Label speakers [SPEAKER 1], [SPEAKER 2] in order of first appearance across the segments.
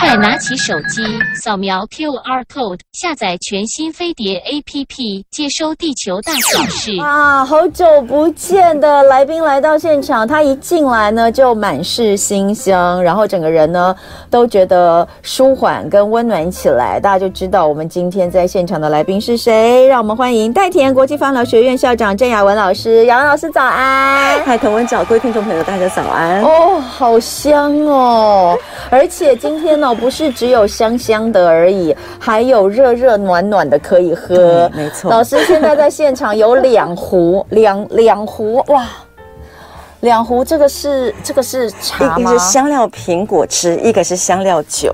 [SPEAKER 1] 快拿起手机，扫描 QR code，下载全新飞碟 APP，接收地球大小事。
[SPEAKER 2] 啊，好久不见的来宾来到现场，他一进来呢就满是馨香，然后整个人呢都觉得舒缓跟温暖起来。大家就知道我们今天在现场的来宾是谁，让我们欢迎代田国际芳疗学院校长郑雅文老师。雅文老师早安。
[SPEAKER 3] 嗨，腾文早，各位听众朋友，大家早安。
[SPEAKER 2] 哦，好香哦！而且今天呢，不是只有香香的而已，还有热热暖暖的可以喝。
[SPEAKER 3] 对没错
[SPEAKER 2] 老师现在在现场有两壶，两两壶，哇，两壶，这个是这个是茶
[SPEAKER 3] 一
[SPEAKER 2] 吗
[SPEAKER 3] 个？是香料苹果汁，一个是香料酒。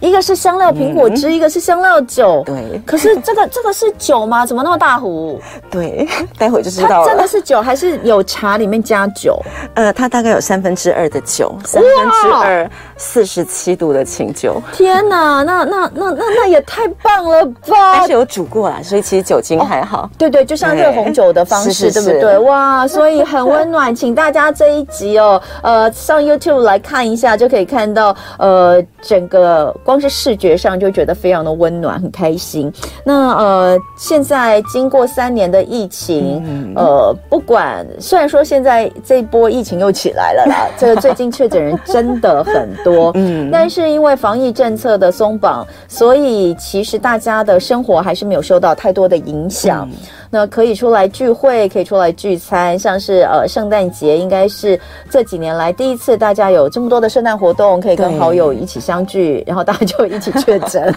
[SPEAKER 2] 一个是香料苹果汁，一个是香料酒。
[SPEAKER 3] 嗯对
[SPEAKER 2] 可是这个这个是酒吗？怎么那么大壶？
[SPEAKER 3] 对， 待会就知道
[SPEAKER 2] 它真的
[SPEAKER 3] 了。
[SPEAKER 2] 是酒还是有茶里面加酒？
[SPEAKER 3] 呃，它大概有三分之二的酒，三分之二四十七度的清酒，
[SPEAKER 2] 天哪，那那那那那也太棒了吧
[SPEAKER 3] 但！是有煮过啦，所以其实酒精还好。
[SPEAKER 2] 对对，就像热红酒的方式，
[SPEAKER 3] 哎是是
[SPEAKER 2] 对
[SPEAKER 3] 是
[SPEAKER 2] 不对？哇，所以很温暖，请大家这一集哦，呃，上 YouTube 来看一下，就可以看到，呃，整个光是视觉上就觉得非常的温暖，很开心。那呃，现在经过三年的疫情，
[SPEAKER 3] 嗯
[SPEAKER 2] 呃，不管虽然说现在这一波疫情又起来了啦，这 个最近确诊人真的很多，嗯，但是因为防疫政策的松绑，所以其实大家的生活还是没有受到太多的影响。那可以出来聚会，可以出来聚餐，像是呃圣诞节，应该是这几年来第一次大家有这么多的圣诞活动，可以跟
[SPEAKER 3] 对
[SPEAKER 2] 好友一起相聚，然后大家就一起确诊。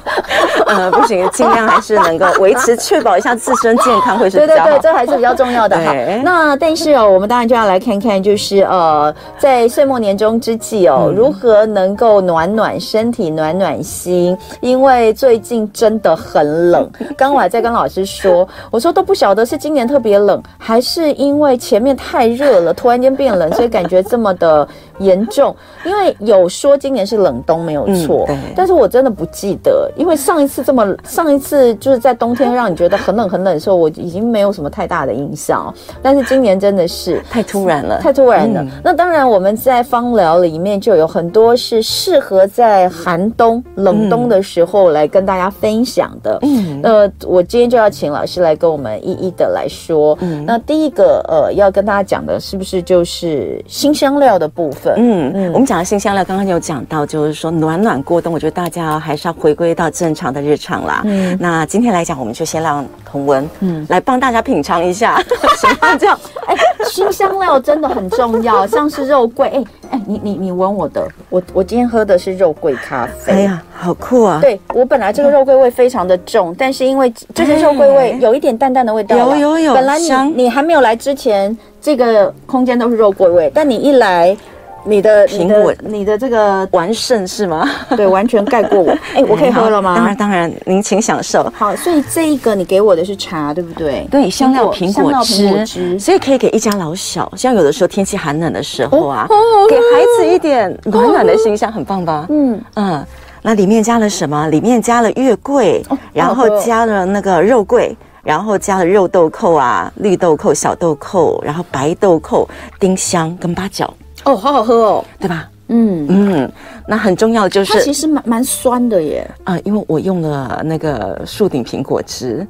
[SPEAKER 3] 呃，不行，尽量还是能够维持，确保一下自身健康会是
[SPEAKER 2] 对
[SPEAKER 3] 比
[SPEAKER 2] 对
[SPEAKER 3] 较
[SPEAKER 2] 对，
[SPEAKER 3] 好。
[SPEAKER 2] 这还是比较重要 的哈
[SPEAKER 3] 对。
[SPEAKER 2] 那但是哦，我们当然就要来看看，就是呃，在岁末年终之际哦，
[SPEAKER 3] 嗯
[SPEAKER 2] 如何能够暖暖身体、暖暖心？因为最近真的很 冷。刚我还在跟老师说，我说都不晓得是今年特别冷，还是因为前面太热了，突然间变冷，所以感觉这么的严重。因为有说今年是冷冬没有错，
[SPEAKER 3] 嗯对
[SPEAKER 2] 但是我真的不记得，因为上一次这么上一次就是在冬天让你觉得很冷很冷的时候，我已经没有什么太大的印象哦。但是今年真的是
[SPEAKER 3] 太突然了，
[SPEAKER 2] 太突然了。那当然，我们在芳疗里面就有很多是适合在寒冬、冷冬的时候来跟大家分享的。嗯，呃，我今天就要请老师来跟我们一一的来说。嗯，那第一个呃要跟大家讲的是不是就是新香料的部分？
[SPEAKER 3] 嗯，我们讲的新香料，刚刚有讲到，就是说暖暖过冬，我觉得大家还是要回归到正常的日常啦。嗯，那今天来讲，我们就先让童文，嗯，来帮大家品尝一下什么叫
[SPEAKER 2] 哎，熏香料真的很重要，像是肉桂。哎哎，你你你闻我的，我我今天喝的是肉桂咖啡。
[SPEAKER 3] 哎呀，好酷啊！，
[SPEAKER 2] 对我本来这个肉桂味非常的重，但是因为这些肉桂味
[SPEAKER 3] 哎
[SPEAKER 2] 有一点淡淡的味道了，
[SPEAKER 3] 有有有
[SPEAKER 2] 本来你
[SPEAKER 3] 香
[SPEAKER 2] 你还没有来之前，这个空间都是肉桂味，但你一来，你的你
[SPEAKER 3] 苹果
[SPEAKER 2] 的你的这个
[SPEAKER 3] 完胜是吗？
[SPEAKER 2] 对完全盖过我。 哎，我可以喝了
[SPEAKER 3] 当然
[SPEAKER 2] 吗？
[SPEAKER 3] 当然，您请享受。
[SPEAKER 2] 好，所以这一个你给我的是茶，对不对？
[SPEAKER 3] 对，香料苹
[SPEAKER 2] 香
[SPEAKER 3] 果
[SPEAKER 2] 料苹果
[SPEAKER 3] 汁，
[SPEAKER 2] 汁。
[SPEAKER 3] 所以可以给一家老小，像有的时候天气寒冷的时候啊
[SPEAKER 2] 哦哦，
[SPEAKER 3] 给孩子一点暖暖的馨香，很棒吧？
[SPEAKER 2] 嗯，
[SPEAKER 3] 嗯，那里面加了什么？里面加了月桂，然
[SPEAKER 2] 哦好喝
[SPEAKER 3] 后加了那个肉桂，然后加了肉豆蔻啊、绿豆蔻、小豆蔻，然后白豆蔻、丁香跟八角，
[SPEAKER 2] 哦，好好喝哦。
[SPEAKER 3] 对吧？
[SPEAKER 2] 嗯，
[SPEAKER 3] 嗯，那很重要的就
[SPEAKER 2] 它其
[SPEAKER 3] 是
[SPEAKER 2] 实蛮蛮酸的耶。
[SPEAKER 3] 啊、因为我用了那个树顶苹果汁，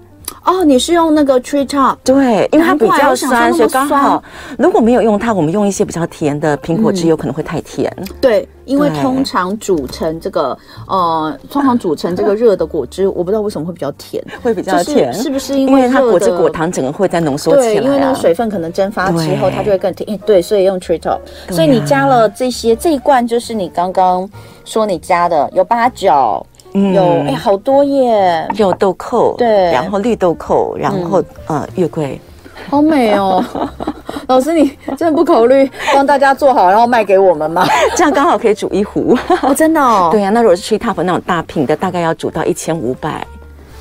[SPEAKER 2] 哦，你是用那个 tree top
[SPEAKER 3] 对，因为它
[SPEAKER 2] 难怪啊
[SPEAKER 3] 比较
[SPEAKER 2] 我想说那
[SPEAKER 3] 酸，
[SPEAKER 2] 么
[SPEAKER 3] 所以刚
[SPEAKER 2] 酸
[SPEAKER 3] 好如果没有用它，我们用一些比较甜的苹果汁，有可能会太甜。
[SPEAKER 2] 对，因为
[SPEAKER 3] 对
[SPEAKER 2] 通常煮成这个呃，通常煮成这个热的果汁，我不知道为什么会比较甜，
[SPEAKER 3] 会比较
[SPEAKER 2] 就是
[SPEAKER 3] 甜
[SPEAKER 2] 是不是因
[SPEAKER 3] 因
[SPEAKER 2] 为
[SPEAKER 3] 为它
[SPEAKER 2] 热
[SPEAKER 3] 果汁
[SPEAKER 2] 的
[SPEAKER 3] 果？糖整个会再浓缩
[SPEAKER 2] 对，
[SPEAKER 3] 起来、啊，
[SPEAKER 2] 因为那个水分可能蒸发之后，
[SPEAKER 3] 对啊
[SPEAKER 2] 它就会更甜。哎对，所以用 tree top。所以你加了这些，这一罐就是你刚刚说你加的，有八角，
[SPEAKER 3] 嗯
[SPEAKER 2] 有哎好多耶，
[SPEAKER 3] 肉豆蔻，
[SPEAKER 2] 对
[SPEAKER 3] 然后绿豆蔻，然后、呃月桂，
[SPEAKER 2] 好美哦！ 老师，你真的不考虑帮大家做好，然后卖给我们吗？
[SPEAKER 3] 这样刚好可以煮一壶。
[SPEAKER 2] 哦，真的 哦。
[SPEAKER 3] 对啊，那如果是 tree top 那种大瓶的，大概要煮到一千五百。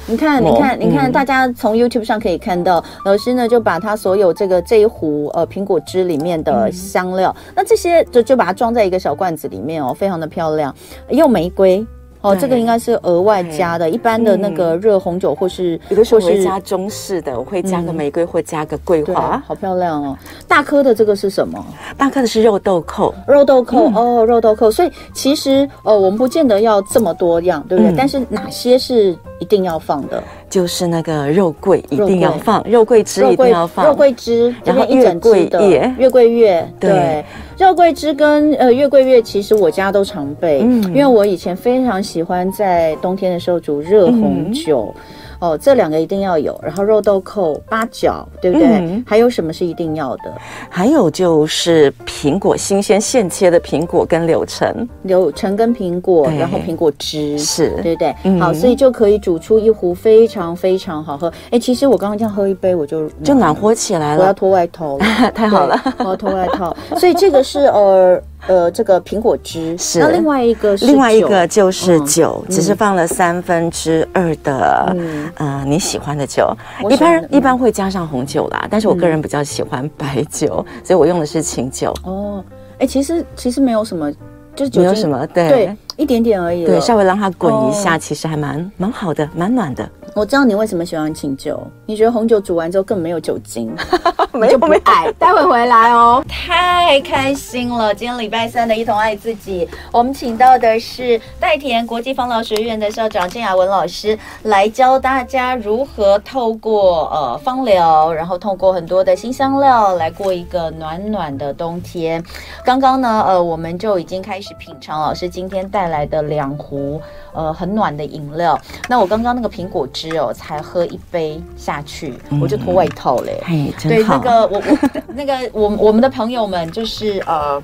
[SPEAKER 2] 你看，你
[SPEAKER 3] 哦
[SPEAKER 2] 看，你看，
[SPEAKER 3] 嗯
[SPEAKER 2] 大家从 YouTube 上可以看到，老师呢就把他所有这个这一壶呃苹果汁里面
[SPEAKER 3] 嗯
[SPEAKER 2] 的香料，那这些就就把它装在一个小罐子里面哦，非常的漂亮，用玫瑰。哦，
[SPEAKER 3] 对嗯
[SPEAKER 2] 这个应该是额外加的，一般的那个热红酒或是
[SPEAKER 3] 有的时候我
[SPEAKER 2] 或
[SPEAKER 3] 会
[SPEAKER 2] 是
[SPEAKER 3] 加中式的，我会加个玫瑰或加个桂
[SPEAKER 2] 对，
[SPEAKER 3] 花。
[SPEAKER 2] 好漂亮哦。大颗的这个是什么？
[SPEAKER 3] 啊大颗的是肉豆蔻，
[SPEAKER 2] 肉豆蔻、
[SPEAKER 3] 嗯
[SPEAKER 2] 哦，肉豆蔻。所以其实呃，我们不见得要这么多样，对不对？
[SPEAKER 3] 嗯
[SPEAKER 2] 但是哪些是一定要放的？
[SPEAKER 3] 就是那个肉桂一
[SPEAKER 2] 肉桂
[SPEAKER 3] 定要放，肉桂汁一定要放，
[SPEAKER 2] 肉桂枝，这
[SPEAKER 3] 然后
[SPEAKER 2] 边一整支的
[SPEAKER 3] 月桂叶
[SPEAKER 2] 月桂叶，
[SPEAKER 3] 对
[SPEAKER 2] 对，肉桂枝跟呃月桂叶，其实我家都常备，
[SPEAKER 3] 嗯
[SPEAKER 2] 因为我以前非常喜欢在冬天的时候煮热
[SPEAKER 3] 嗯
[SPEAKER 2] 红酒。哦，这两个一定要有，然后肉豆蔻、八角，对不对？
[SPEAKER 3] 嗯
[SPEAKER 2] 还有什么是一定要的？
[SPEAKER 3] 还有就是苹果，新鲜现切的苹果跟柳橙，
[SPEAKER 2] 柳橙跟苹果，
[SPEAKER 3] 对
[SPEAKER 2] 然后苹果汁，
[SPEAKER 3] 是
[SPEAKER 2] 对不对？
[SPEAKER 3] 嗯
[SPEAKER 2] 好，所以就可以煮出一壶非常非常好喝。哎，其实我刚刚这样喝一杯，我就嗯
[SPEAKER 3] 就暖和起来
[SPEAKER 2] 我要
[SPEAKER 3] 了，
[SPEAKER 2] 脱外套 了。
[SPEAKER 3] 太好了。
[SPEAKER 2] 对，包脱外套。所以这个是呃呃这个苹果汁，
[SPEAKER 3] 是
[SPEAKER 2] 那另外一个是
[SPEAKER 3] 另外一
[SPEAKER 2] 酒
[SPEAKER 3] 个就是
[SPEAKER 2] 嗯
[SPEAKER 3] 酒，只是放了三分之二的，
[SPEAKER 2] 嗯
[SPEAKER 3] 呃，你喜欢的酒。
[SPEAKER 2] 我
[SPEAKER 3] 一
[SPEAKER 2] 喜欢
[SPEAKER 3] 般
[SPEAKER 2] 的嗯
[SPEAKER 3] 一般会加上红酒啦，但是我个人比较喜欢白酒，所以我用的是清酒，
[SPEAKER 2] 哦，哎，其实其实没有什么，就是酒
[SPEAKER 3] 没有
[SPEAKER 2] 精
[SPEAKER 3] 什么对
[SPEAKER 2] 对一点点而已了。
[SPEAKER 3] 对稍微让它滚一下，
[SPEAKER 2] 哦
[SPEAKER 3] 其实还蛮蛮好的，蛮暖的。
[SPEAKER 2] 我知道你为什么喜欢清酒，你觉得红酒煮完之后更没有酒精。
[SPEAKER 3] 没
[SPEAKER 2] 就不爱。待会回来哦，太开心了！今天礼拜三的《一同爱自己》，我们请到的是代田国际芳疗学院的校长郑雅文老师来教大家如何透过呃芳疗，然后透过很多的新香料来过一个暖暖的冬天。刚刚呢，呃，我们就已经开始品尝老师今天带来的两壶呃很暖的饮料。那我刚刚那个苹果汁哦，才喝一杯下去，我就脱外套嘞、
[SPEAKER 3] 哎，
[SPEAKER 2] 对，
[SPEAKER 3] 真
[SPEAKER 2] 那
[SPEAKER 3] 好。
[SPEAKER 2] 个我我那个我我们的朋友们就是呃，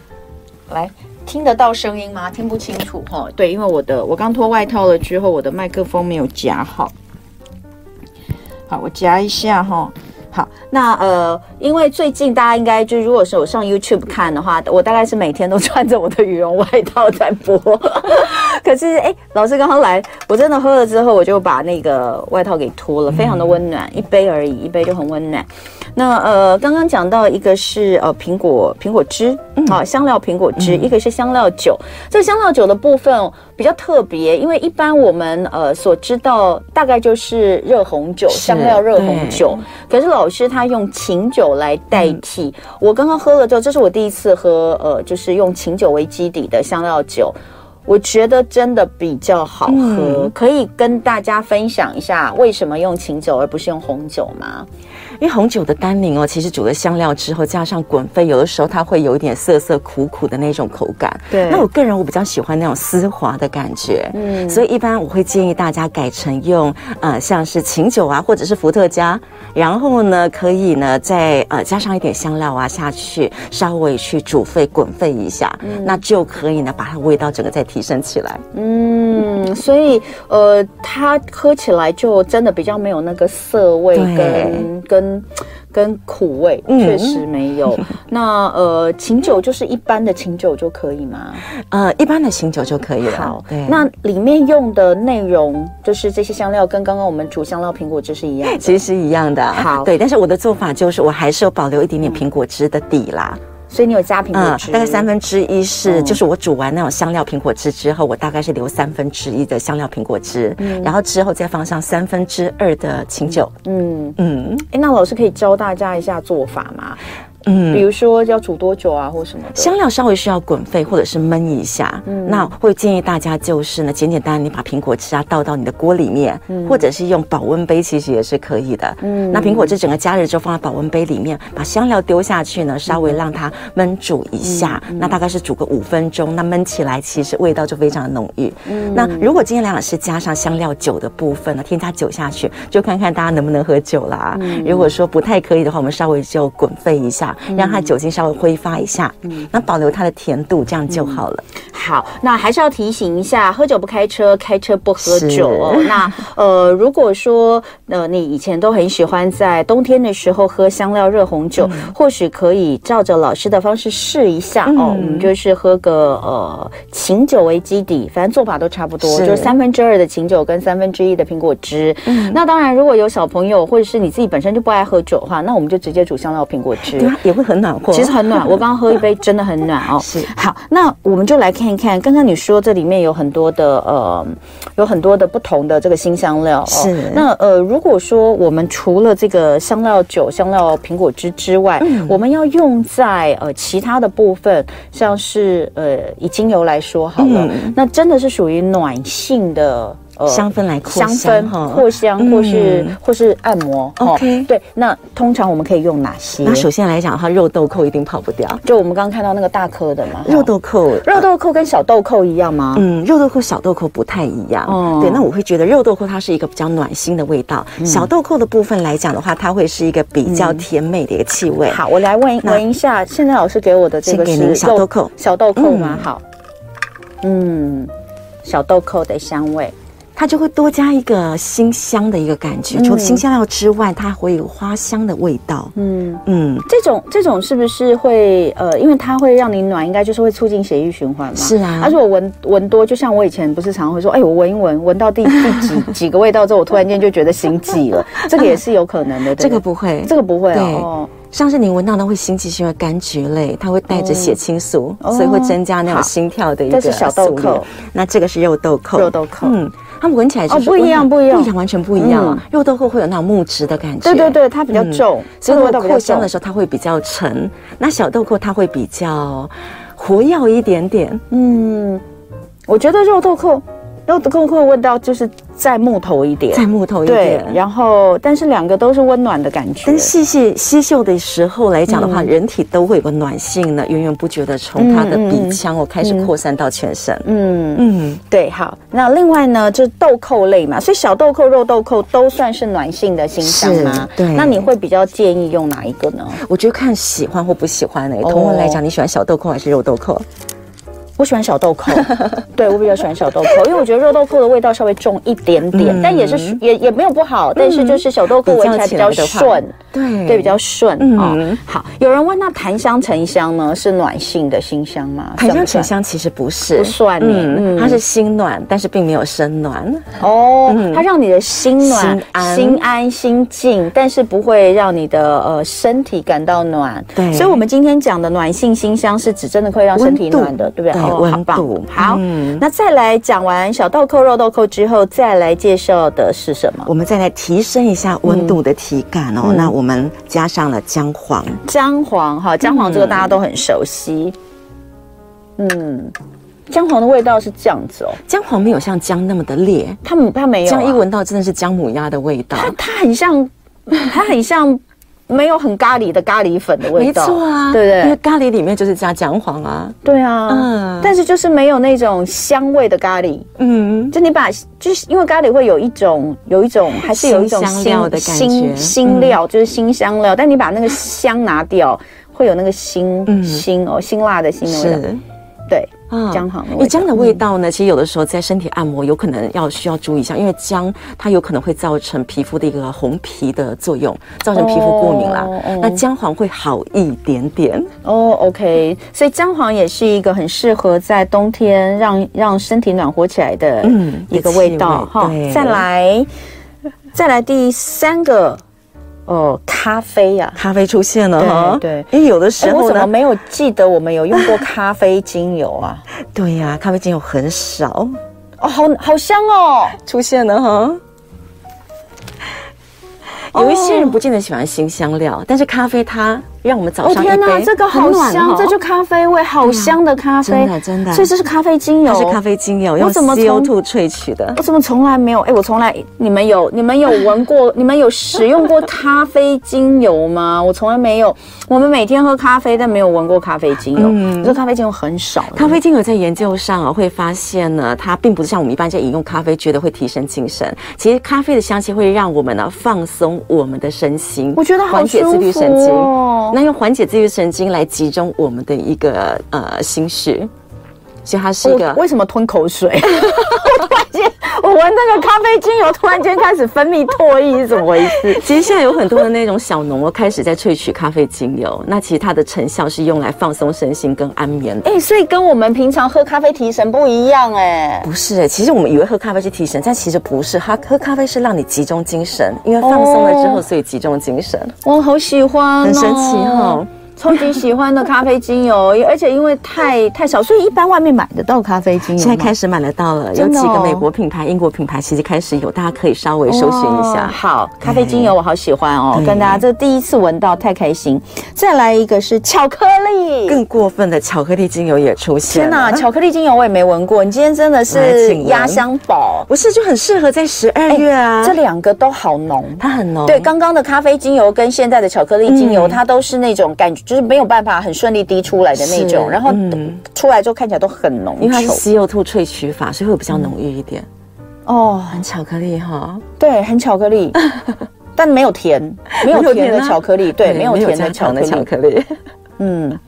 [SPEAKER 2] 来听得到声音吗？听不清楚哈。对，因为我的我刚脱外套了之后，我的麦克风没有夹好。好，我夹一下哈。好，那呃，因为最近大家应该就如果是有上 YouTube 看的话，我大概是每天都穿着我的羽绒外套在播。 可是哎、老师刚刚来，我真的喝了之后，我就把那个外套给脱了，非常的温暖，一杯而已，一杯就很温暖。那呃，刚刚讲到一个是呃苹果苹果汁，
[SPEAKER 3] 嗯
[SPEAKER 2] 啊香料苹果汁，一个是香料酒。这个香料酒的部分哦比较特别，因为一般我们呃所知道大概就是热红酒、
[SPEAKER 3] 是
[SPEAKER 2] 香料热红酒，可是老师他用琴酒来代替。
[SPEAKER 3] 嗯
[SPEAKER 2] 我刚刚喝了之后，这是我第一次喝呃，就是用琴酒为基底的香料酒。我觉得真的比较好喝，
[SPEAKER 3] 嗯
[SPEAKER 2] 可以跟大家分享一下为什么用琴酒而不是用红酒吗？
[SPEAKER 3] 因为红酒的单宁哦，其实煮了香料之后，加上滚沸，有的时候它会有一点涩涩苦苦的那种口感。
[SPEAKER 2] 对
[SPEAKER 3] 那我个人我比较喜欢那种丝滑的感觉，
[SPEAKER 2] 嗯
[SPEAKER 3] 嗯，所以一般我会建议大家改成用呃像是琴酒啊，或者是伏特加，然后呢可以呢再呃加上一点香料啊下去，稍微去煮沸滚沸一下，那就可以呢把它味道整个再提升起来。
[SPEAKER 2] 嗯，所以呃，它喝起来就真的比较没有那个涩味
[SPEAKER 3] 对
[SPEAKER 2] 跟跟跟苦味，
[SPEAKER 3] 嗯
[SPEAKER 2] 确实没 有。那呃，琴酒就是一般的琴酒就可以吗？
[SPEAKER 3] 呃，一般的琴酒就可以了。
[SPEAKER 2] 好
[SPEAKER 3] 对，，
[SPEAKER 2] 那里面用的内容就是这些香料，跟刚刚我们煮香料苹果汁是一样的，
[SPEAKER 3] 其实是一样的，
[SPEAKER 2] 好嗯
[SPEAKER 3] 对，但是我的做法就是，我还是有保留一点点苹果汁的底啦，
[SPEAKER 2] 所以你有加苹果汁，
[SPEAKER 3] 嗯呃大概三。分之一是，
[SPEAKER 2] 嗯
[SPEAKER 3] 就是我煮完那种香料苹果汁之后，我大概是留三分之一的香料苹果汁，然后之后再放上三分之二的清酒，
[SPEAKER 2] 嗯，
[SPEAKER 3] 嗯
[SPEAKER 2] 哎，那老师可以教大家一下做法吗？比
[SPEAKER 3] 嗯。
[SPEAKER 2] 如说要煮多久啊，或什么的。
[SPEAKER 3] 香料稍微需要滚沸或者是焖一下，
[SPEAKER 2] 嗯
[SPEAKER 3] 那会建议大家就是呢，简简单单你把苹果汁啊倒到你的锅里面，或者是用保温杯，其实也是可以的。
[SPEAKER 2] 嗯
[SPEAKER 3] 那苹果汁整个加热之后放在保温杯里面，把香料丢下去呢，稍微让它焖煮一下，
[SPEAKER 2] 嗯
[SPEAKER 3] 那大概是煮个五分钟，那焖起来其实味道就非常的浓郁。
[SPEAKER 2] 嗯
[SPEAKER 3] 那如果今天梁老师加上香料酒的部分呢，添加酒下去，就看看大家能不能喝酒啦。
[SPEAKER 2] 嗯
[SPEAKER 3] 如果说不太可以的话，我们稍微就滚沸一下，让它酒精稍微挥发一下，
[SPEAKER 2] 嗯
[SPEAKER 3] 那保留它的甜度，这样就好了。
[SPEAKER 2] 好，那还是要提醒一下，喝酒不开车，开车不喝
[SPEAKER 3] 是
[SPEAKER 2] 酒哦。 那呃，如果说呃你以前都很喜欢在冬天的时候喝香料热红酒，
[SPEAKER 3] 嗯
[SPEAKER 2] 或许可以照着老师的方式试一下、哦。我们就是喝个呃琴酒为基底，反正做法都差不多，
[SPEAKER 3] 是
[SPEAKER 2] 就是三分之二的琴酒跟三分之一的苹果汁。
[SPEAKER 3] 嗯
[SPEAKER 2] 那当然，如果有小朋友或者是你自己本身就不爱喝酒的话，那我们就直接煮香料苹果汁
[SPEAKER 3] 对啊，也会很暖和。
[SPEAKER 2] 其实很暖，我刚刚喝一杯真的很暖哦。
[SPEAKER 3] 是
[SPEAKER 2] 好，那我们就来看一看，刚刚你说这里面有很多的呃，有很多的不同的这个新香料哦。
[SPEAKER 3] 是
[SPEAKER 2] 那呃，如果说我们除了这个香料酒、香料苹果汁之外，
[SPEAKER 3] 嗯
[SPEAKER 2] 我们要用在呃其他的部分，像是呃以精油来说好了，那真的是属于暖性的。呃
[SPEAKER 3] 嗯香氛来扩
[SPEAKER 2] 香
[SPEAKER 3] 香
[SPEAKER 2] 氛
[SPEAKER 3] 哈嗯
[SPEAKER 2] 扩香，或是、或是按摩。哦
[SPEAKER 3] OK
[SPEAKER 2] 对，那通常我们可以用哪些？
[SPEAKER 3] 那首先来讲的话，肉豆蔻一定跑不掉。
[SPEAKER 2] 就我们刚刚看到那个大颗的嘛，
[SPEAKER 3] 肉豆蔻，
[SPEAKER 2] 肉豆蔻跟小豆蔻一样吗？
[SPEAKER 3] 嗯，肉豆蔻、小豆蔻不太一样。
[SPEAKER 2] 哦嗯
[SPEAKER 3] 对，那我会觉得肉豆蔻它是一个比较暖心的味道，小豆蔻的部分来讲的话，它会是一个比较甜美的一个气味。
[SPEAKER 2] 嗯好，我来闻
[SPEAKER 3] 那
[SPEAKER 2] 闻一下，现在老师给我的这个
[SPEAKER 3] 先给您
[SPEAKER 2] 是
[SPEAKER 3] 小
[SPEAKER 2] 肉
[SPEAKER 3] 豆蔻
[SPEAKER 2] 小豆蔻吗？好，嗯，小豆蔻的香味，
[SPEAKER 3] 它就会多加一个辛香的一个感觉。除了辛香料之外，它会有花香的味道。
[SPEAKER 2] 嗯，
[SPEAKER 3] 嗯，
[SPEAKER 2] 这种这种是不是会呃，因为它会让你暖，应该就是会促进血液循环嘛？
[SPEAKER 3] 是啊
[SPEAKER 2] 而且我闻闻多，就像我以前不是常会说，哎，我闻一闻，闻 到第第几几个味道之后，我突然间就觉得心悸了，这个也是有可能的。对不
[SPEAKER 3] 这个
[SPEAKER 2] 对
[SPEAKER 3] 不会，
[SPEAKER 2] 这个不会
[SPEAKER 3] 对
[SPEAKER 2] 哦。
[SPEAKER 3] 上次您闻到的会心悸是因为柑橘类，它会带着血清素，
[SPEAKER 2] 哦
[SPEAKER 3] 所以会增加那
[SPEAKER 2] 好
[SPEAKER 3] 种心跳的一个
[SPEAKER 2] 这是小豆
[SPEAKER 3] 速率
[SPEAKER 2] 蔻，
[SPEAKER 3] 那这个是肉豆蔻，
[SPEAKER 2] 肉豆蔻
[SPEAKER 3] 嗯，它们闻起来就是
[SPEAKER 2] 哦不一样
[SPEAKER 3] 温
[SPEAKER 2] 不一样
[SPEAKER 3] 不一样，完全不一样啊
[SPEAKER 2] 嗯！
[SPEAKER 3] 肉豆蔻会有那种木质的感觉，
[SPEAKER 2] 对对对，它比较
[SPEAKER 3] 嗯
[SPEAKER 2] 重，
[SPEAKER 3] 所
[SPEAKER 2] 这
[SPEAKER 3] 以
[SPEAKER 2] 个
[SPEAKER 3] 我
[SPEAKER 2] 味道比较
[SPEAKER 3] 扩香
[SPEAKER 2] 重
[SPEAKER 3] 的。时候它会比较沉，那小豆蔻它会比较活跃一点点，
[SPEAKER 2] 嗯，我觉得肉豆蔻，肉豆蔻的味道就是再木头一点，
[SPEAKER 3] 再木头一
[SPEAKER 2] 对，
[SPEAKER 3] 点。
[SPEAKER 2] 然后但是两个都是温暖的感觉
[SPEAKER 3] 但。细细吸嗅的时候来讲的话，人体都会有个暖性呢，源源不绝的从它的
[SPEAKER 2] 嗯嗯嗯嗯
[SPEAKER 3] 鼻腔哦开始扩散到全身。
[SPEAKER 2] 嗯，
[SPEAKER 3] 嗯，
[SPEAKER 2] 对，好。那另外呢，就是豆蔻类嘛，所以小豆蔻、肉豆蔻都算是暖性的新香吗？
[SPEAKER 3] 是对
[SPEAKER 2] 那你会比较建议用哪一个呢？
[SPEAKER 3] 我觉得看喜欢或不喜欢诶、
[SPEAKER 2] 哦
[SPEAKER 3] 同文来讲，你喜欢小豆蔻还是肉豆蔻？
[SPEAKER 2] 我喜欢小豆蔻， 对我比较喜欢小 豆蔻，因为我觉得肉豆蔻的味道稍微重一点点，
[SPEAKER 3] 嗯
[SPEAKER 2] 但也是也也没有不好，但是就是小豆蔻闻起来比较
[SPEAKER 3] 比较起来的话
[SPEAKER 2] 顺，
[SPEAKER 3] 对
[SPEAKER 2] 对，比较顺
[SPEAKER 3] 嗯
[SPEAKER 2] 啊、哦。好，有人问那檀香、沉香呢？是暖性的新香吗？
[SPEAKER 3] 檀香、沉
[SPEAKER 2] 算
[SPEAKER 3] 香其实不是，
[SPEAKER 2] 不算耶嗯
[SPEAKER 3] 它是心暖，但是并没有身暖。
[SPEAKER 2] 不算哦、它让你的心暖
[SPEAKER 3] 心、安
[SPEAKER 2] 心安、心静，但是不会让你的呃身体感到暖。
[SPEAKER 3] 对
[SPEAKER 2] 所以我们今天讲的暖性新香是指真的会让身体暖的，
[SPEAKER 3] 温
[SPEAKER 2] 对不
[SPEAKER 3] 度
[SPEAKER 2] 对？哦
[SPEAKER 3] 对
[SPEAKER 2] 好
[SPEAKER 3] 温
[SPEAKER 2] 棒
[SPEAKER 3] 度
[SPEAKER 2] 好、
[SPEAKER 3] 嗯
[SPEAKER 2] 那再来讲完小豆蔻、肉豆蔻之后，再来介绍的是什么？
[SPEAKER 3] 我们再来提升一下温度的体感哦。那我们加上了姜黄，
[SPEAKER 2] 姜黄
[SPEAKER 3] 嗯
[SPEAKER 2] 哈，姜黄这个大家都很熟悉。嗯，姜黄的味道是这样子哦，
[SPEAKER 3] 姜黄没有像姜那么的烈，
[SPEAKER 2] 它们它没有、啊，
[SPEAKER 3] 姜一，闻到真的是姜母鸭的味 道。
[SPEAKER 2] 它它很像，它很像没有很咖喱的咖喱粉的味
[SPEAKER 3] 没
[SPEAKER 2] 道，
[SPEAKER 3] 错啊，
[SPEAKER 2] 对不
[SPEAKER 3] 因
[SPEAKER 2] 对？
[SPEAKER 3] 为咖喱里面就是加姜黄啊。
[SPEAKER 2] 对啊，
[SPEAKER 3] 嗯
[SPEAKER 2] 但是就是没有那种香味的咖喱，
[SPEAKER 3] 嗯，
[SPEAKER 2] 就你把就是因为咖喱会有一种有一种还是有一种
[SPEAKER 3] 新香料的感觉嗯
[SPEAKER 2] 新新料就是新香料，但你把那个香拿掉，会有那个辛
[SPEAKER 3] 嗯
[SPEAKER 2] 辛哦辛辣的辛的味道，
[SPEAKER 3] 是。
[SPEAKER 2] 对。
[SPEAKER 3] 啊
[SPEAKER 2] 姜黄的味
[SPEAKER 3] 因为
[SPEAKER 2] 道
[SPEAKER 3] 姜的味道嗯呢，其实有的时候在身体按摩有可能要需要注意一下，因为姜它有可能会造成皮肤的一个红皮的作用，造成皮肤过敏啦。
[SPEAKER 2] 哦哦
[SPEAKER 3] 那姜黄会好一点点，
[SPEAKER 2] 哦、o k 所以姜黄也是一个很适合在冬天让让身体暖和起来的
[SPEAKER 3] 嗯
[SPEAKER 2] 一个味道
[SPEAKER 3] 一个气味对
[SPEAKER 2] 再来，再来第三个，哦，咖啡呀、
[SPEAKER 3] 咖啡出现了
[SPEAKER 2] 对
[SPEAKER 3] 哈。
[SPEAKER 2] 对
[SPEAKER 3] 因为有的时
[SPEAKER 2] 哎，我
[SPEAKER 3] 候
[SPEAKER 2] 怎么
[SPEAKER 3] 呢，
[SPEAKER 2] 没有记得我们有用过咖啡精油啊？
[SPEAKER 3] 对呀、咖啡精油很少
[SPEAKER 2] 哦，好好香哦！
[SPEAKER 3] 出现了哈。有一些人不见得喜欢新香料，但是咖啡它让我们早
[SPEAKER 2] 哦
[SPEAKER 3] 上一杯，
[SPEAKER 2] 天哪，这个好
[SPEAKER 3] 很暖哦
[SPEAKER 2] 香，
[SPEAKER 3] 哈
[SPEAKER 2] 这就咖啡味，好香的咖啡，
[SPEAKER 3] 真的真的
[SPEAKER 2] 所以这是咖啡精油，
[SPEAKER 3] 它是咖啡精油，
[SPEAKER 2] 我
[SPEAKER 3] 用
[SPEAKER 2] 怎么从
[SPEAKER 3] CO2 萃取的。
[SPEAKER 2] 我怎么从来没有？哎、我从来你们有你 们有闻过，你们有使用过咖啡精油吗？我从来没有。我们每天喝咖啡，但没有闻过咖啡精油。
[SPEAKER 3] 嗯
[SPEAKER 2] 我说咖啡精油很少。
[SPEAKER 3] 咖啡精油在研究上啊，会发现呢，它并不是像我们一般在饮用咖啡觉得会提升精神，其实咖啡的香气会让我们呢放松我们的身心，
[SPEAKER 2] 我觉得好
[SPEAKER 3] 缓解
[SPEAKER 2] 舒
[SPEAKER 3] 自律神经
[SPEAKER 2] 服。哦。
[SPEAKER 3] 那用缓解自律神经来集中我们的一个呃心绪，所以它是一个
[SPEAKER 2] 我为什么吞口水？ 我突然间，我闻那个咖啡精油，突然间开始分泌唾液，是怎么回事？
[SPEAKER 3] 其实现在有很多的那种小农哦，开始在萃取咖啡精油，那其实它的成效是用来放松身心跟安眠的。
[SPEAKER 2] 哎、所以跟我们平常喝咖啡提神不一样哎、
[SPEAKER 3] 不是、其实我们以为喝咖啡是提神，但其实不是，它喝咖啡是让你集中精神，因为放松了之后，
[SPEAKER 2] 哦
[SPEAKER 3] 所以集中精神。
[SPEAKER 2] 我好喜欢、哦，
[SPEAKER 3] 很神奇哈、
[SPEAKER 2] 超级喜欢的咖啡精油，而且因为太太少，所以一般外面买得到咖啡精油吗。
[SPEAKER 3] 现在开始买得到了，有
[SPEAKER 2] 真的
[SPEAKER 3] 几个
[SPEAKER 2] 哦
[SPEAKER 3] 美国品牌、英国品牌其实开始有，大家可以稍微搜寻一
[SPEAKER 2] 哇
[SPEAKER 3] 下。
[SPEAKER 2] 哦
[SPEAKER 3] 嗯
[SPEAKER 2] 好，咖啡精油我好喜欢哦，
[SPEAKER 3] 对
[SPEAKER 2] 跟大家这第一次闻到，太开心。再来一个是巧克力。
[SPEAKER 3] 更过分的巧克力精油也出现
[SPEAKER 2] 天
[SPEAKER 3] 了
[SPEAKER 2] 哪，，巧克力精油我也没闻过，你今天真的
[SPEAKER 3] 来
[SPEAKER 2] 是
[SPEAKER 3] 请闻
[SPEAKER 2] 压箱宝。
[SPEAKER 3] 不是就很适合在十二月啊？
[SPEAKER 2] 这两个都好浓。
[SPEAKER 3] 它很浓，
[SPEAKER 2] 对，刚刚的咖啡精油跟现在的巧克力精油，
[SPEAKER 3] 嗯
[SPEAKER 2] 它都是那种感觉，就是没有办法很顺利滴出来的那种，
[SPEAKER 3] 是
[SPEAKER 2] 然后
[SPEAKER 3] 嗯
[SPEAKER 2] 出来之后看起来都很浓
[SPEAKER 3] 因为它是
[SPEAKER 2] 稠
[SPEAKER 3] CO2 萃取法，所以会比较浓郁一点。
[SPEAKER 2] 哦，
[SPEAKER 3] 很巧克力哈，
[SPEAKER 2] 对，很巧克 力，但没有甜，没有甜
[SPEAKER 3] 啊
[SPEAKER 2] 的巧克力，对，没有甜的
[SPEAKER 3] 嗯加
[SPEAKER 2] 巧
[SPEAKER 3] 糖
[SPEAKER 2] 克
[SPEAKER 3] 的巧
[SPEAKER 2] 力，
[SPEAKER 3] 克力，
[SPEAKER 2] 嗯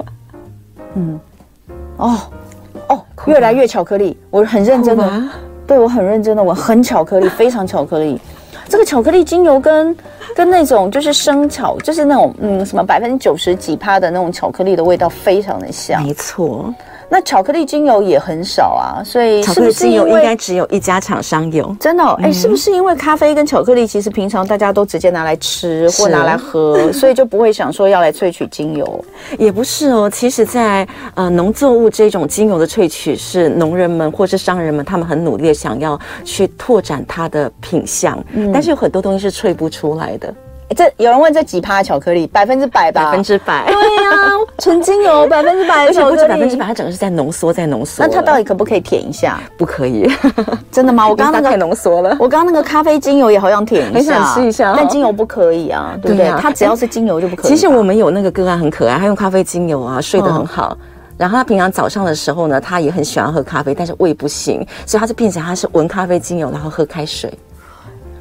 [SPEAKER 2] 嗯，哦哦，越来越巧克力，我很认真的，
[SPEAKER 3] 吧
[SPEAKER 2] 对我很认真的，我很巧克力，非常巧克力。这个巧克力精油跟跟那种就是生巧，就是那种嗯什么百分之九十几趴的那种巧克力的味道非常的像。
[SPEAKER 3] 没错，
[SPEAKER 2] 那巧克力精油也很少啊，所以
[SPEAKER 3] 巧
[SPEAKER 2] 是
[SPEAKER 3] 克
[SPEAKER 2] 不
[SPEAKER 3] 力
[SPEAKER 2] 是
[SPEAKER 3] 精
[SPEAKER 2] 因
[SPEAKER 3] 油应该嗯
[SPEAKER 2] 为
[SPEAKER 3] 只有一家厂商有。
[SPEAKER 2] 真的哦哎、是不是因为咖啡跟巧克力其实平常大家都直接拿来吃或
[SPEAKER 3] 是
[SPEAKER 2] 拿来 喝，所以就不会想说要来萃取精油？
[SPEAKER 3] 也不是哦，其实在，呃农作物这种精油的萃取，是农人们或是商人们他们很努力的想要去拓展它的品相，
[SPEAKER 2] 嗯
[SPEAKER 3] 但是有很多东西是萃不出来的，
[SPEAKER 2] 哎这有人问这几趴巧克力，百分之百吧？
[SPEAKER 3] 百分 之百，
[SPEAKER 2] 对呀、纯精油 百分之百的
[SPEAKER 3] 而且
[SPEAKER 2] 巧克
[SPEAKER 3] 不止
[SPEAKER 2] 力，
[SPEAKER 3] 百分之百，它整个是在浓缩，在浓缩
[SPEAKER 2] 那
[SPEAKER 3] 了。
[SPEAKER 2] 它到底可不可以舔一下？
[SPEAKER 3] 不可以？
[SPEAKER 2] 真的吗？ 我
[SPEAKER 3] 我
[SPEAKER 2] 刚刚那
[SPEAKER 3] 太
[SPEAKER 2] 个。
[SPEAKER 3] 浓缩哎了。
[SPEAKER 2] 我刚刚那个咖啡精油也好想舔一
[SPEAKER 3] 很
[SPEAKER 2] 下，
[SPEAKER 3] 想试一下哦
[SPEAKER 2] 但精油不可以啊，对不对
[SPEAKER 3] 对啊？
[SPEAKER 2] 它只要是精油就不可以吧。
[SPEAKER 3] 其实我们有那个个案很可爱，他用咖啡精油啊，睡得
[SPEAKER 2] 嗯
[SPEAKER 3] 很好。然后他平常早上的时候呢，他也很喜欢喝咖啡，但是胃不行，所以他就变成他是闻咖啡精油，然后喝开水。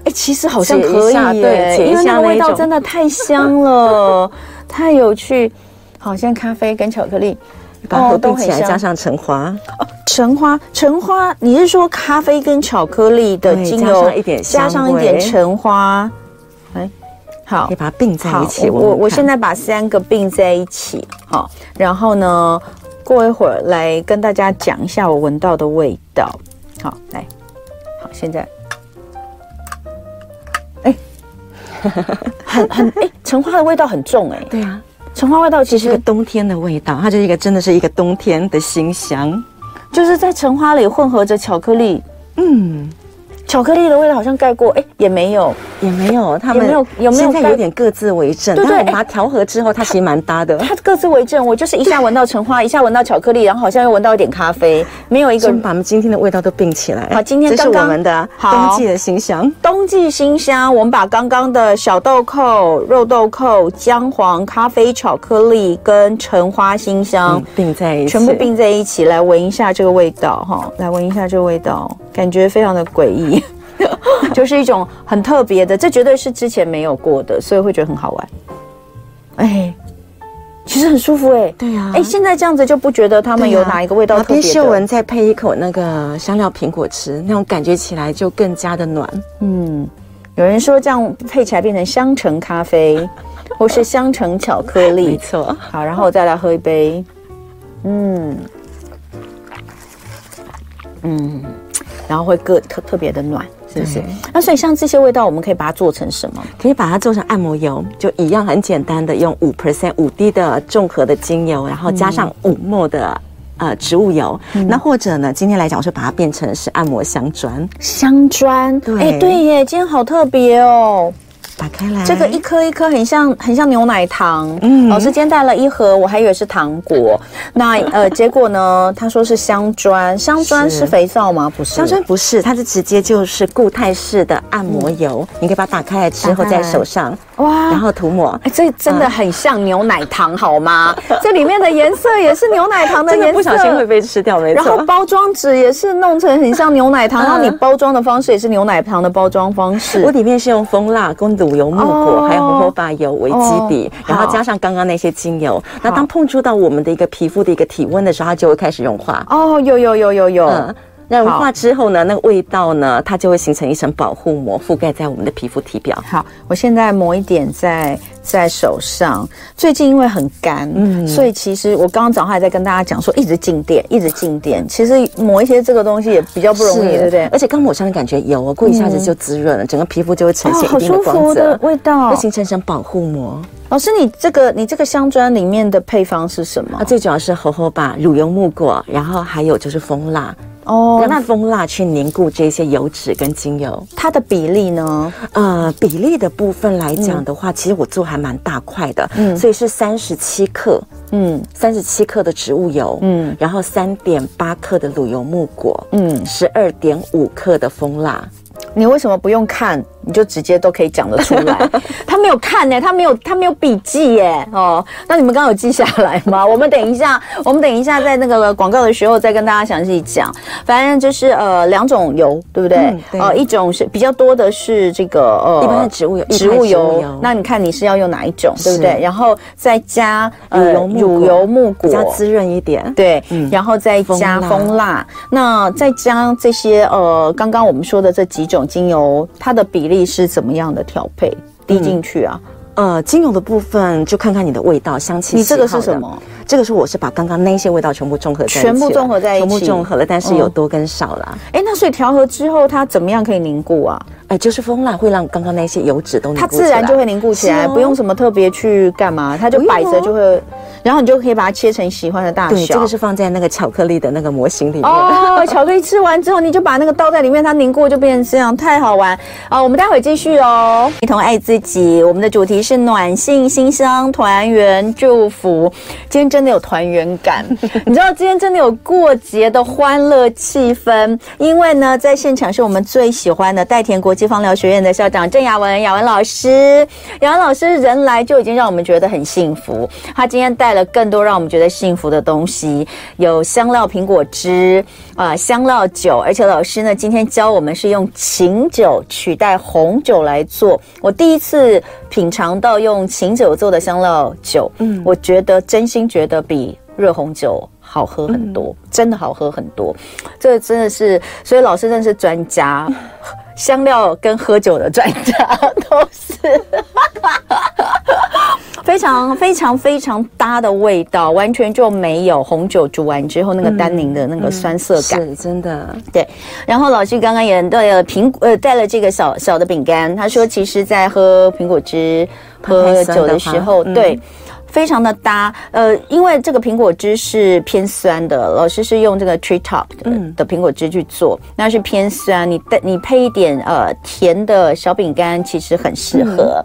[SPEAKER 2] 哎，其实好像可
[SPEAKER 3] 解
[SPEAKER 2] 以
[SPEAKER 3] 一下
[SPEAKER 2] 耶，
[SPEAKER 3] 对解一
[SPEAKER 2] 因为
[SPEAKER 3] 下
[SPEAKER 2] 那个
[SPEAKER 3] 那一
[SPEAKER 2] 味道
[SPEAKER 3] 种
[SPEAKER 2] 真的太香 了，太有趣。好，现在咖啡跟巧克力，哦
[SPEAKER 3] 把它
[SPEAKER 2] 都
[SPEAKER 3] 合并
[SPEAKER 2] 很
[SPEAKER 3] 起来，
[SPEAKER 2] 香
[SPEAKER 3] 加上橙花，
[SPEAKER 2] 橙花，橙花，你是说咖啡跟巧克力的
[SPEAKER 3] 对
[SPEAKER 2] 精
[SPEAKER 3] 加
[SPEAKER 2] 油
[SPEAKER 3] 上一点
[SPEAKER 2] 加上
[SPEAKER 3] 香
[SPEAKER 2] 一点
[SPEAKER 3] 味
[SPEAKER 2] 橙花？哎，好
[SPEAKER 3] 可以，把它并在
[SPEAKER 2] 好
[SPEAKER 3] 一起。
[SPEAKER 2] 我我我现
[SPEAKER 3] 在
[SPEAKER 2] 在把三个并在一起，好，然后呢，过一会儿来跟大家讲一下我闻到的味道。好，来，好，现在， 哎、很很哎，橙花的味道很重哎、
[SPEAKER 3] 对啊，
[SPEAKER 2] 橙花味道其
[SPEAKER 3] 这个
[SPEAKER 2] 实
[SPEAKER 3] 冬天的味道，它就是一个真的是一个冬天的馨香。
[SPEAKER 2] 就是在橙花里混合着巧克力，
[SPEAKER 3] 嗯，
[SPEAKER 2] 巧克力的味道好像盖过，哎、也没有，
[SPEAKER 3] 也没有，他们
[SPEAKER 2] 有没有有没有
[SPEAKER 3] 现在
[SPEAKER 2] 盖
[SPEAKER 3] 有点各自为政，
[SPEAKER 2] 对对
[SPEAKER 3] 但我把它调和之后，它其实蛮搭的。
[SPEAKER 2] 它各自为政。我就是一下闻到橙花，一下闻到巧克力，然后好像又闻到一点咖啡，没有一个
[SPEAKER 3] 先把我们今天的味道都并起来。
[SPEAKER 2] 好今天
[SPEAKER 3] 这是
[SPEAKER 2] 刚
[SPEAKER 3] 我
[SPEAKER 2] 刚
[SPEAKER 3] 们的
[SPEAKER 2] 好
[SPEAKER 3] 冬季的馨香。
[SPEAKER 2] 冬季新香，我们把刚刚的小豆蔻、肉豆蔻、姜黄、咖啡、巧克力跟橙花新香、
[SPEAKER 3] 嗯，并在一起，
[SPEAKER 2] 全部并在一起，来闻一下这个味道哈，来闻一下这个味道，感觉非常的诡异， 就是一种很特别的，这绝对是之前没有过的，所以会觉得很好玩。哎，其实很舒服哎、
[SPEAKER 3] 对啊
[SPEAKER 2] 哎，现在这样子就不觉得他们有
[SPEAKER 3] 对啊
[SPEAKER 2] 哪一个味道
[SPEAKER 3] 然后
[SPEAKER 2] 特别
[SPEAKER 3] 边
[SPEAKER 2] 的。
[SPEAKER 3] 嗅闻再配一口那个香料苹果吃，那种感觉起来就更加的暖。
[SPEAKER 2] 嗯，有人说这样配起来变成香橙咖 啡，或是香橙巧克力。
[SPEAKER 3] 错，
[SPEAKER 2] 好，然后我再来喝一杯。嗯，嗯，然后会各特特别的暖，是不是
[SPEAKER 3] 对？
[SPEAKER 2] 那所以像这些味道，我们可以把它做成什么？
[SPEAKER 3] 可以把它做成按摩油，就一样很简单的用五 percent 五滴的综合的精油，然后加上五
[SPEAKER 2] 嗯
[SPEAKER 3] 末的。呃，植物油，那或者呢？今天来讲，我是把它变成是按摩香砖，
[SPEAKER 2] 香砖，
[SPEAKER 3] 对
[SPEAKER 2] 哎，对耶，今天好特别哦。
[SPEAKER 3] 打开来，
[SPEAKER 2] 这个一颗一颗很像很像牛奶糖，
[SPEAKER 3] 嗯
[SPEAKER 2] 老师今天带了一盒，我还以为是糖果。那 呃，结果呢，他说是香砖，香砖
[SPEAKER 3] 是
[SPEAKER 2] 是肥皂吗？不是，
[SPEAKER 3] 香砖不是，它是直接就是固态式的按摩油，你可以把它打开来之
[SPEAKER 2] 嗯打
[SPEAKER 3] 后
[SPEAKER 2] 开
[SPEAKER 3] 在
[SPEAKER 2] 来
[SPEAKER 3] 手上，
[SPEAKER 2] 哇
[SPEAKER 3] 然后涂抹，
[SPEAKER 2] 哎，这真的很像牛奶糖，好 吗？这里面的颜色也是牛奶糖的
[SPEAKER 3] 真的
[SPEAKER 2] 颜
[SPEAKER 3] 不小心会
[SPEAKER 2] 色。
[SPEAKER 3] 被吃掉，没
[SPEAKER 2] 然后
[SPEAKER 3] 错。
[SPEAKER 2] 包装纸也是弄成很像牛奶糖，
[SPEAKER 3] 嗯
[SPEAKER 2] 然后你包装的方式也是牛奶糖的包装方
[SPEAKER 3] 我
[SPEAKER 2] 式。
[SPEAKER 3] 里面是用蜂蜡、跟乳油、木果，
[SPEAKER 2] 哦
[SPEAKER 3] 还有红火把油为基底，
[SPEAKER 2] 哦
[SPEAKER 3] 然
[SPEAKER 2] 好
[SPEAKER 3] 后加上刚刚那些精油。那当碰触到我们的一个皮肤的一个体温的时候，它就会开始融化。
[SPEAKER 2] 哦，有有有有有，
[SPEAKER 3] 嗯，那融化之后呢，那个味道呢，它就会形成一层保护膜，覆盖在我们的皮肤体表。
[SPEAKER 2] 好，我现在抹一点在在手上。最近因为很干，
[SPEAKER 3] 嗯
[SPEAKER 2] 所以其实我刚刚早上还在跟大家讲说，一直静电，一直静电。其实抹一些这个东西也比较不容易，对不对？嗯
[SPEAKER 3] 而且刚抹上的感觉有哦，过一下子就滋润了，整个皮肤就会呈现
[SPEAKER 2] 好
[SPEAKER 3] 一定
[SPEAKER 2] 舒
[SPEAKER 3] 的光
[SPEAKER 2] 服
[SPEAKER 3] 泽，
[SPEAKER 2] 的味道
[SPEAKER 3] 会。形成一层保护膜。
[SPEAKER 2] 老师，你这个你这个香砖里面的配方是什么
[SPEAKER 3] 那？最主要是猴猴把乳油木果，然后还有就是蜂蜡，
[SPEAKER 2] 哦，那
[SPEAKER 3] 让蜂蜡去凝固这些油脂跟精油。
[SPEAKER 2] 它的比例呢？
[SPEAKER 3] 呃，比例的部分来讲的
[SPEAKER 2] 嗯
[SPEAKER 3] 话，其实我做还蛮大块的，所以是三十七克，
[SPEAKER 2] 嗯
[SPEAKER 3] 三十七克的植物油，
[SPEAKER 2] 嗯
[SPEAKER 3] 然后三点八克的乳油木果，
[SPEAKER 2] 嗯，
[SPEAKER 3] 十二点五克的蜂蜡，
[SPEAKER 2] 你为什么不用看，你就直接都可以讲得出 来？他没有看呢、他没有他没有笔记耶、哦，那你们刚刚有记下来吗？我们等一下，我们等一下在那个广告的时候再跟大家详细讲。反正就是呃两种油，对不对？
[SPEAKER 3] 嗯对
[SPEAKER 2] 呃，一种是比较多的是这个呃
[SPEAKER 3] 一般的植物油
[SPEAKER 2] 植物
[SPEAKER 3] 一般植
[SPEAKER 2] 油
[SPEAKER 3] 物油
[SPEAKER 2] 那你看你是要用哪一种，对不对？
[SPEAKER 3] 是
[SPEAKER 2] 然后再加呃
[SPEAKER 3] 乳油木果
[SPEAKER 2] 乳油木果
[SPEAKER 3] 比较滋润一点。
[SPEAKER 2] 对，
[SPEAKER 3] 嗯
[SPEAKER 2] 然后再
[SPEAKER 3] 蜂
[SPEAKER 2] 加
[SPEAKER 3] 蜡
[SPEAKER 2] 蜂蜡，那再加这些呃，刚刚我们说的这几种精油，它的比例是怎么样的调配？滴进去啊？
[SPEAKER 3] 呃，精油的部分就看看你的味道、香气。
[SPEAKER 2] 你这个
[SPEAKER 3] 喜好
[SPEAKER 2] 是什
[SPEAKER 3] 的
[SPEAKER 2] 么？
[SPEAKER 3] 这个是我是把刚刚那些味道全部综合在一起了，
[SPEAKER 2] 全部综合在一起
[SPEAKER 3] 全部综合了，但是有
[SPEAKER 2] 嗯
[SPEAKER 3] 多跟少啦。
[SPEAKER 2] 哎，那所以调和之后，它怎么样可以凝固啊？
[SPEAKER 3] 哎、就是蜂蜡会让刚刚那些油脂都凝固
[SPEAKER 2] 它自然
[SPEAKER 3] 起来
[SPEAKER 2] 就会凝固起来，
[SPEAKER 3] 是哦
[SPEAKER 2] 不用什么特别去干嘛，它就
[SPEAKER 3] 不用
[SPEAKER 2] 摆着
[SPEAKER 3] 哦
[SPEAKER 2] 就会，然后你就可以把它切成喜欢的大小。
[SPEAKER 3] 对，这个是放在那个巧克力的那个模型里面。
[SPEAKER 2] 哦，巧克力吃完之后，你就把那个倒在里面，它凝固就变成这样，太好玩啊、我们待会继续哦，一同爱自己。我们的主题是暖性新生团圆祝福。今天真的有团圆 感，你知道今天真的有过节的欢乐气氛，因为呢，在现场是我们最喜欢的代田国际芳疗学院的校长郑雅文，雅文老师，雅文老师人来就已经让我们觉得很幸福。他今天带了更多让我们觉得幸福的东西，有香料苹果汁，呃，香料酒，而且老师呢今天教我们是用琴酒取代红酒来做。我第一次品尝到用琴酒做的香料酒，嗯，我觉得真心觉得比热红酒。好喝很多，真的好喝很多，这个真的是，所以老师真的是专家，香料跟喝酒的专家 都是。非常非常非常搭的味道，完全就没有红酒煮完之后那个单宁的那个酸涩感。
[SPEAKER 3] 是真的，
[SPEAKER 2] 对，然后老师刚刚也带了苹果，呃，带了这个小小的饼干。他说，其实在喝苹果汁、
[SPEAKER 3] 怕
[SPEAKER 2] 喝
[SPEAKER 3] 太酸
[SPEAKER 2] 酒
[SPEAKER 3] 的
[SPEAKER 2] 的
[SPEAKER 3] 话
[SPEAKER 2] 时候，
[SPEAKER 3] 嗯
[SPEAKER 2] 对。非常的搭，呃，因为这个苹果汁是偏酸的，老师是用这个 tree top 的、
[SPEAKER 3] 嗯
[SPEAKER 2] 的苹果汁去做，那是偏酸，你带你配一点呃甜的小饼干，其实很适
[SPEAKER 3] 嗯
[SPEAKER 2] 合。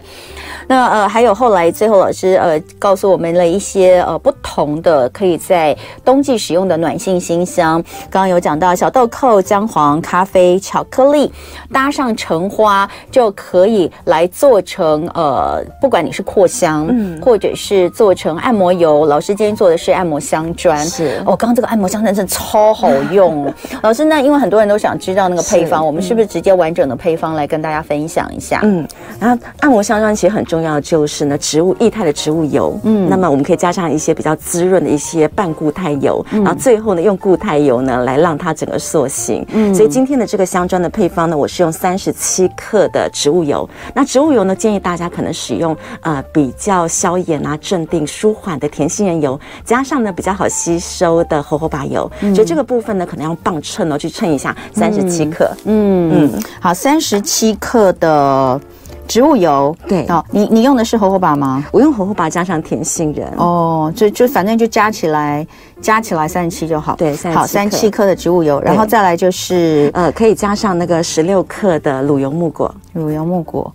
[SPEAKER 2] 那呃，还有后来最后老师呃告诉我们了一些呃不同的可以在冬季使用的暖性新香，刚刚有讲到小豆蔻、姜黄、咖啡、巧克力，搭上橙花就可以来做成呃，不管你是扩香，嗯，或者是做成按摩油，老师今天做的是按摩香砖，
[SPEAKER 3] 是
[SPEAKER 2] 哦，刚刚这个按摩香砖真的超好用哦，老师，那因为很多人都想知道那个配方，
[SPEAKER 3] 是
[SPEAKER 2] 我们是不是直接完整的配方来跟大家分享一下？
[SPEAKER 3] 嗯，然后按摩香香其实很重要，就是呢，植物液态的植物油，嗯，那么我们可以加上一些比较滋润的一些半固态油，然后最后呢，用固态油呢来让它整个塑形，嗯，所以今天的这个香砖的配方呢，我是用三十七克的植物油，那植物油呢，建议大家可能使用呃比较消炎啊、镇定、舒缓的甜杏仁油，加上呢比较好吸收的荷荷巴油，所以这个部分呢，可能要磅秤哦去称一下，三十七克，
[SPEAKER 2] 嗯，好，三十七克的植物油，
[SPEAKER 3] 对
[SPEAKER 2] 哦，你你用的是荷荷巴吗？
[SPEAKER 3] 我用荷荷巴加上甜杏仁，
[SPEAKER 2] 哦，就就反正就加起来，加起来三十七就好。
[SPEAKER 3] 对37
[SPEAKER 2] 好，
[SPEAKER 3] 克
[SPEAKER 2] 三七克的植物油，然后再来就是
[SPEAKER 3] 呃，可以加上那个十六克的乳油木果，
[SPEAKER 2] 乳油木果。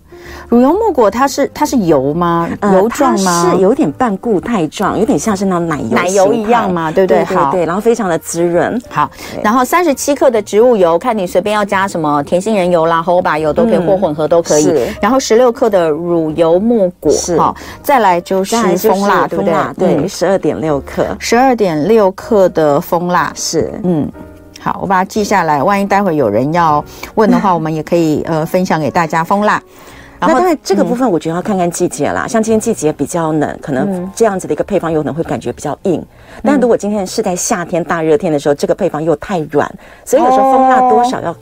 [SPEAKER 2] 乳油木果它是它是油吗？
[SPEAKER 3] 呃
[SPEAKER 2] 油状吗？
[SPEAKER 3] 它是有点半固态状，有点像是那种奶油
[SPEAKER 2] 奶油
[SPEAKER 3] 形
[SPEAKER 2] 一样
[SPEAKER 3] 态
[SPEAKER 2] 嘛对不对
[SPEAKER 3] 对
[SPEAKER 2] 好
[SPEAKER 3] 对对，然后非常的滋润。
[SPEAKER 2] 好，然后三十七克的植物油，看你随便要加什么甜杏仁油啦、荷巴油都可以，
[SPEAKER 3] 嗯
[SPEAKER 2] 或混合都可以
[SPEAKER 3] 是。
[SPEAKER 2] 然后十六克的乳油木果，
[SPEAKER 3] 是
[SPEAKER 2] 好，再来就是
[SPEAKER 3] 当然就是
[SPEAKER 2] 蜂蜡，对不
[SPEAKER 3] 蜂
[SPEAKER 2] 对嗯
[SPEAKER 3] 蜡？对，，十二点六克
[SPEAKER 2] 十二点六克的蜂蜡，
[SPEAKER 3] 是。
[SPEAKER 2] 嗯，好，我把 它记下来，万一待会有人要问的话，我们也可以呃分享给大家蜂蜡。
[SPEAKER 3] 那当然，这个部分我觉得要看看季节啦。像今天季节比较冷，可
[SPEAKER 2] 嗯
[SPEAKER 3] 能这样子的一个配方有可能会感觉比较硬。但如果今天是在夏天大热天的时候，这个配方又太软，所以有时
[SPEAKER 2] 哦
[SPEAKER 3] 候风蜡多少要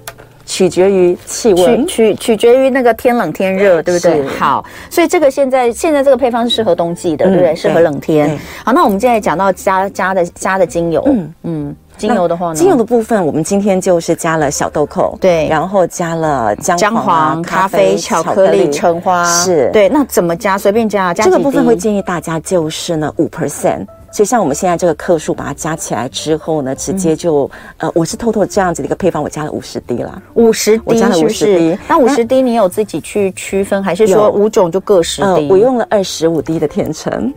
[SPEAKER 3] 取决于气
[SPEAKER 2] 取
[SPEAKER 3] 温。
[SPEAKER 2] 取取决于那个天冷天热，对不对？
[SPEAKER 3] 是
[SPEAKER 2] 好，所以这个现在现在这个配方是适合冬季的，对不对？
[SPEAKER 3] 对
[SPEAKER 2] 适合冷天
[SPEAKER 3] 对。
[SPEAKER 2] 好，那我们现在讲到加加的加的精油，嗯精油的话呢，
[SPEAKER 3] 精油的部分，我们今天就是加了小豆蔻，
[SPEAKER 2] 对
[SPEAKER 3] 然后加了姜
[SPEAKER 2] 姜
[SPEAKER 3] 黄
[SPEAKER 2] 黄、
[SPEAKER 3] 啊、
[SPEAKER 2] 咖啡、巧克力、橙花，
[SPEAKER 3] 是
[SPEAKER 2] 对。那怎么加？随便加，加
[SPEAKER 3] 这个
[SPEAKER 2] 几
[SPEAKER 3] 部分
[SPEAKER 2] 滴
[SPEAKER 3] 会建议大家就是呢五 percent。所以像我们现在这个克数把它加起来之后呢，直
[SPEAKER 2] 嗯
[SPEAKER 3] 接就、呃，我是透透这样子的一个配方，我加了五十滴啦。
[SPEAKER 2] 五十
[SPEAKER 3] 我
[SPEAKER 2] 滴
[SPEAKER 3] 加了
[SPEAKER 2] 是不
[SPEAKER 3] 50
[SPEAKER 2] 是
[SPEAKER 3] 滴？
[SPEAKER 2] 那五十滴你有自己去区分，还是说
[SPEAKER 3] 有
[SPEAKER 2] 五种就各十
[SPEAKER 3] 呃，
[SPEAKER 2] 滴？
[SPEAKER 3] 我用了二十五滴的甜橙，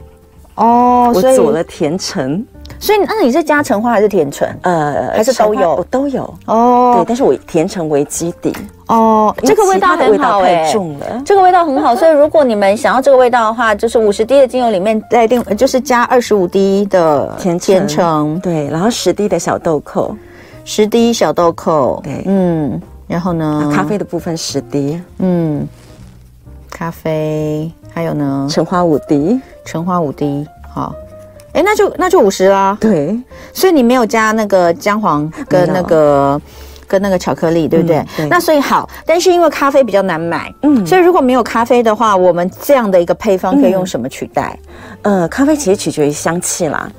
[SPEAKER 2] 哦，
[SPEAKER 3] 我
[SPEAKER 2] 所以
[SPEAKER 3] 煮了甜橙，
[SPEAKER 2] 所以那你是加橙花还是甜橙？
[SPEAKER 3] 呃，
[SPEAKER 2] 还是都
[SPEAKER 3] 橙花
[SPEAKER 2] 有
[SPEAKER 3] 我都有。对
[SPEAKER 2] 哦，
[SPEAKER 3] 但是我以甜橙为基底，
[SPEAKER 2] 哦，
[SPEAKER 3] 因
[SPEAKER 2] 这
[SPEAKER 3] 为
[SPEAKER 2] 个
[SPEAKER 3] 其
[SPEAKER 2] 味道
[SPEAKER 3] 他的
[SPEAKER 2] 很好哎、
[SPEAKER 3] 太重了。
[SPEAKER 2] 这个味道很好，所以如果你们想要这个味道的话，就是五十滴的精油里面再另就是加二十五滴的
[SPEAKER 3] 甜橙
[SPEAKER 2] 甜橙，
[SPEAKER 3] 对，然后十滴的小豆蔻，
[SPEAKER 2] 十滴小豆蔻，
[SPEAKER 3] 对
[SPEAKER 2] 嗯，然后呢，
[SPEAKER 3] 啊咖，啡的部分十滴，
[SPEAKER 2] 嗯，咖啡，还有呢，
[SPEAKER 3] 橙花五滴，
[SPEAKER 2] 橙花五滴，好，哎，那就那就五十啦，
[SPEAKER 3] 对，
[SPEAKER 2] 所以你没有加那个姜黄
[SPEAKER 3] 没
[SPEAKER 2] 跟
[SPEAKER 3] 有
[SPEAKER 2] 那个。跟那个巧克力，对不对？
[SPEAKER 3] 嗯对
[SPEAKER 2] 那所以好，但是因为咖啡比较难买，
[SPEAKER 3] 嗯
[SPEAKER 2] 所以如果没有咖啡的话，我们这样的一个配方可以用什么取代？
[SPEAKER 3] 呃，咖啡其实取决于香气啦，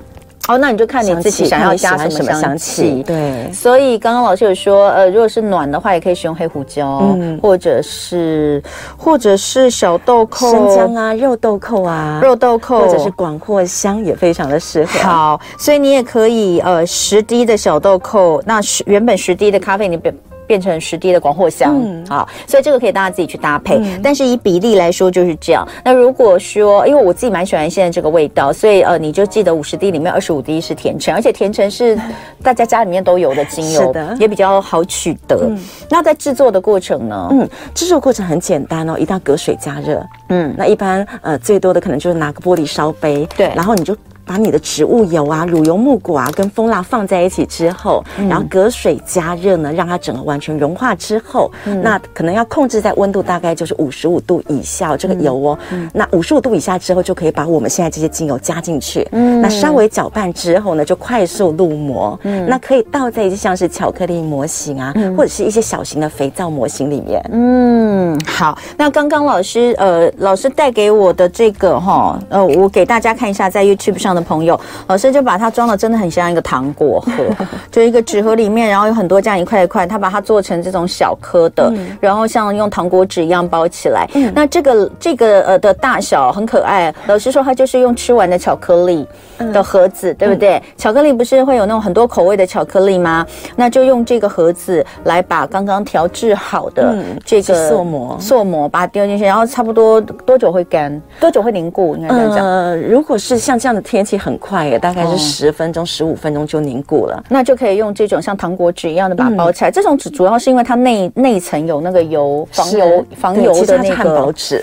[SPEAKER 2] 哦，那你就看你自己
[SPEAKER 3] 香气
[SPEAKER 2] 想
[SPEAKER 3] 看
[SPEAKER 2] 要
[SPEAKER 3] 你喜
[SPEAKER 2] 加
[SPEAKER 3] 欢
[SPEAKER 2] 什么香气。
[SPEAKER 3] 对，
[SPEAKER 2] 所以刚刚老师有说，呃，如果是暖的话，也可以使用黑胡椒，
[SPEAKER 3] 嗯
[SPEAKER 2] 或者是或者是小豆蔻、
[SPEAKER 3] 生姜啊、肉豆蔻啊，
[SPEAKER 2] 肉豆蔻，
[SPEAKER 3] 或者是广藿香也非常的适合。，
[SPEAKER 2] 好，所以你也可以呃十滴的小豆蔻，那十原本十滴的咖啡你变变成十滴的广藿香，
[SPEAKER 3] 嗯
[SPEAKER 2] 好，所以这个可以大家自己去搭配，但是以比例来说就是这样。那如果说，因为我自己蛮喜欢现在这个味道，所以呃你就记得五十滴里面二十五滴是甜橙，而且甜橙 是大家家里面都有的精油，
[SPEAKER 3] 是的
[SPEAKER 2] 也比较好取得。那在制作的过程呢，
[SPEAKER 3] 嗯，制作过程很简单哦，一定要隔水加热。
[SPEAKER 2] 嗯，
[SPEAKER 3] 那一般呃最多的可能就是拿个玻璃烧杯，
[SPEAKER 2] 对
[SPEAKER 3] 然后你就。把你的植物油啊、乳油木果啊跟蜂蜡放在一起之后，
[SPEAKER 2] 嗯
[SPEAKER 3] 然后隔水加热呢，让它整个完全融化之后，
[SPEAKER 2] 嗯
[SPEAKER 3] 那可能要控制在温度大概就是五十五度以下、哦、这个油哦。
[SPEAKER 2] 嗯
[SPEAKER 3] 那五十五度以下之后，就可以把我们现在这些精油加进去。
[SPEAKER 2] 嗯
[SPEAKER 3] 那稍微搅拌之后呢，就快速入模。
[SPEAKER 2] 嗯
[SPEAKER 3] 那可以倒在一些像是巧克力模型啊，或者是一些小型的肥皂模型里面。
[SPEAKER 2] 嗯，好，那刚刚老师呃，老师带给我的这个哈，呃，我给大家看一下，在 YouTube 上的朋友，老师就把它装的真的很像一个糖果盒，就一个纸盒里面，然后有很多这样一块一块，他把它做成这种小颗的，然后像用糖果纸一样包起来。那这个这个呃的大小很可爱，老师说它就是用吃完的巧克力的盒子，对不对？巧克力不是会有那种很多口味的巧克力吗？那就用这个盒子来把刚刚调制好的
[SPEAKER 3] 嗯
[SPEAKER 2] 这个
[SPEAKER 3] 是塑模
[SPEAKER 2] 塑模把它丢进去，然后差不多多久会干？多久会凝固？应该这样讲。
[SPEAKER 3] 呃，如果是像这样的天气，很快耶，大概
[SPEAKER 2] 哦
[SPEAKER 3] 是十分钟、十五、分钟就凝固了。
[SPEAKER 2] 那就可以用这种像糖果纸一样的把
[SPEAKER 3] 嗯
[SPEAKER 2] 它包起来。这种纸主要是因为它内内层有那个油防油
[SPEAKER 3] 是
[SPEAKER 2] 防
[SPEAKER 3] 对
[SPEAKER 2] 油
[SPEAKER 3] 其实
[SPEAKER 2] 的
[SPEAKER 3] 它是
[SPEAKER 2] 那
[SPEAKER 3] 汉堡
[SPEAKER 2] 个，
[SPEAKER 3] 纸，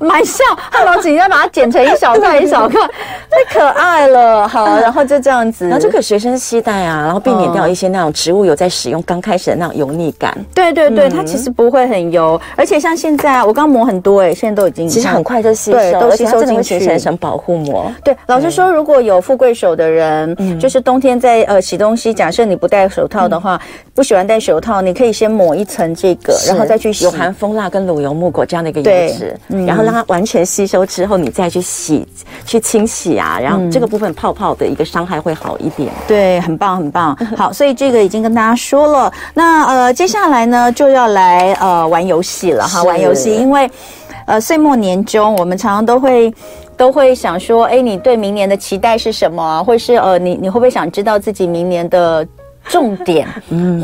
[SPEAKER 2] 蛮像汉堡纸，你再把它剪成一小块 一小块，太可爱了。好，然后就这样子，
[SPEAKER 3] 嗯然后就给学生携带啊，然后避免掉一些那种植物油在使用刚开始的那种油腻感。
[SPEAKER 2] 对对对，
[SPEAKER 3] 嗯
[SPEAKER 2] 它其实不会很油，而且像现在啊我刚抹很多哎、现在都已经
[SPEAKER 3] 其实很快就嗯吸收，
[SPEAKER 2] 对都
[SPEAKER 3] 而且
[SPEAKER 2] 吸
[SPEAKER 3] 它
[SPEAKER 2] 收
[SPEAKER 3] 真的会
[SPEAKER 2] 进
[SPEAKER 3] 形
[SPEAKER 2] 去
[SPEAKER 3] 成一层保护膜。
[SPEAKER 2] 对，老实
[SPEAKER 3] 嗯
[SPEAKER 2] 说，如果有富贵手的人，就是冬天在呃洗东西，假设你不戴手套的话，不喜欢戴手套，你可以先抹一层这个，然后
[SPEAKER 3] 嗯是
[SPEAKER 2] 再去洗
[SPEAKER 3] 有。含蜂蜡跟乳油木果这样的一个
[SPEAKER 2] 对
[SPEAKER 3] 油脂，嗯然后让它完全吸收之后，你再去洗、去清洗啊，然后这个部分泡泡的一个伤害会好一点。
[SPEAKER 2] 对，很棒，很 棒。好，所以这个已经跟大家说了。那呃，接下来呢就要来呃玩游戏了哈，
[SPEAKER 3] 是
[SPEAKER 2] 玩游戏，因为呃岁末年终，我们常常都会。都会想说，哎，你对明年的期待是什么啊？或是呃，你你会不会想知道自己明年的重 点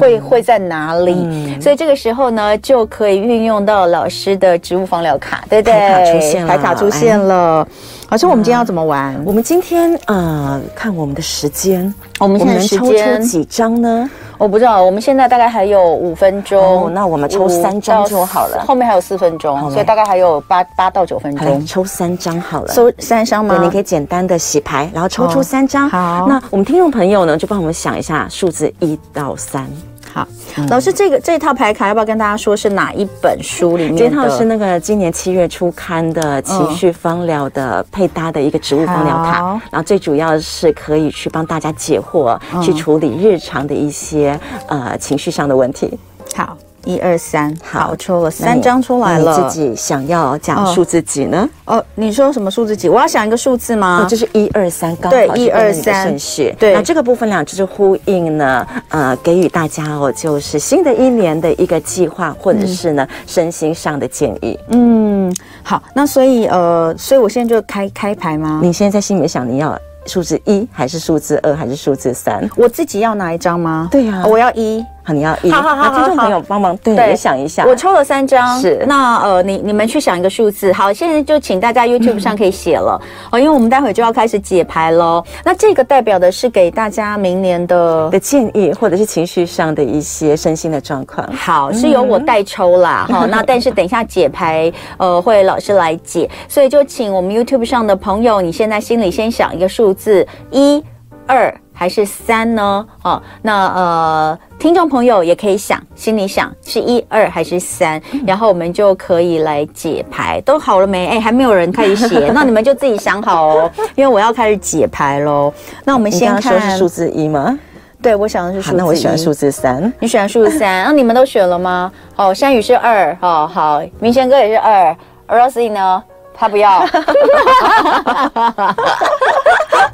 [SPEAKER 2] 会会在哪里？所以这个时候呢，就可以运用到老师的植物芳疗卡，对不对？
[SPEAKER 3] 牌卡出现了
[SPEAKER 2] 牌卡出现哎了。老师，我们今天要怎么玩？
[SPEAKER 3] 我们今天呃，看我们的时间，
[SPEAKER 2] 我们现在
[SPEAKER 3] 能
[SPEAKER 2] 时
[SPEAKER 3] 抽
[SPEAKER 2] 间
[SPEAKER 3] 出几张呢？
[SPEAKER 2] 我不知道，我们现在大概还有五分钟，
[SPEAKER 3] 哦那我们抽三张就好了
[SPEAKER 2] 五到四后面还有四分
[SPEAKER 3] 好
[SPEAKER 2] 钟，
[SPEAKER 3] 嘞
[SPEAKER 2] 所以大概还有八八到九分
[SPEAKER 3] 好来
[SPEAKER 2] 钟。
[SPEAKER 3] 抽三张好了。
[SPEAKER 2] 收三箱吗？
[SPEAKER 3] 对，你可以简单的洗牌，然后抽
[SPEAKER 2] 哦
[SPEAKER 3] 出三张。
[SPEAKER 2] 嗯好
[SPEAKER 3] 那我们听众朋友呢，就帮我们想一下数字一到三。
[SPEAKER 2] 好，老师，这个这套牌卡要不要跟大家说是哪一本书里面的？
[SPEAKER 3] 这套是那个今年七月初刊的情绪芳疗的配搭的一个植物芳疗卡，
[SPEAKER 2] 好嗯
[SPEAKER 3] 然后最主要是可以去帮大家解惑，去处理日常的一些呃情绪上的问题。
[SPEAKER 2] 好，一二三，好，
[SPEAKER 3] 好
[SPEAKER 2] 我抽了
[SPEAKER 3] 那
[SPEAKER 2] 三
[SPEAKER 3] 你
[SPEAKER 2] 张出来
[SPEAKER 3] 那
[SPEAKER 2] 了。
[SPEAKER 3] 你自己想要讲
[SPEAKER 2] 嗯
[SPEAKER 3] 述自己呢？
[SPEAKER 2] 哦，你说什么数字几？我要想一个数字
[SPEAKER 3] 啊，
[SPEAKER 2] 吗？
[SPEAKER 3] 就是一二三，刚好
[SPEAKER 2] 对123
[SPEAKER 3] 是按照你的顺序。
[SPEAKER 2] 对
[SPEAKER 3] 那这个部分呢，就是呼应呢，呃，给予大家哦，就是新的一年的一个计划，或者是呢，身心上的建议。
[SPEAKER 2] 嗯，好，那所以呃，所以我现在就开开牌吗？
[SPEAKER 3] 你现在在心里面想，你要数字一还是数字二还是数字三？
[SPEAKER 2] 我自己要哪一张吗？
[SPEAKER 3] 对呀
[SPEAKER 2] 哦我要一。
[SPEAKER 3] 好，你要一。
[SPEAKER 2] 好好好
[SPEAKER 3] 那听众
[SPEAKER 2] 好好
[SPEAKER 3] 朋友帮忙对
[SPEAKER 2] 对
[SPEAKER 3] 你想一下。
[SPEAKER 2] 我抽了三张，
[SPEAKER 3] 是
[SPEAKER 2] 那呃，你你们去想一个数字。好，现在就请大
[SPEAKER 3] 嗯
[SPEAKER 2] 家 YouTube 上可以写了、哦，因为我们待会就要开始解牌喽。那这个代表的是给大家明年的。
[SPEAKER 3] 的建议，或者是情绪上的一些身心的状况。
[SPEAKER 2] 好，是由我代抽
[SPEAKER 3] 嗯
[SPEAKER 2] 啦，哈、那但是等一下解牌，呃，会老师来解，所以就请我们 YouTube 上的朋友，你现在心里先想一个数字，一、二还是三呢？哦，那呃，听众朋友也可以想，心里想是一、二还是三，
[SPEAKER 3] 嗯
[SPEAKER 2] 然后我们就可以来解牌。都好了没？哎，还没有人开始 写，那你们就自己想好哦，因为我要开始解牌喽。那我们
[SPEAKER 3] 你
[SPEAKER 2] 先
[SPEAKER 3] 刚刚
[SPEAKER 2] 看，
[SPEAKER 3] 说是数字一吗？
[SPEAKER 2] 对我想的是数
[SPEAKER 3] 好，
[SPEAKER 2] 字一，
[SPEAKER 3] 那我喜欢数字三。
[SPEAKER 2] 你选数字 三，那、啊你们都选了吗？哦，山雨是二，哦好，明轩哥也是二，Rosie 呢？他不 要。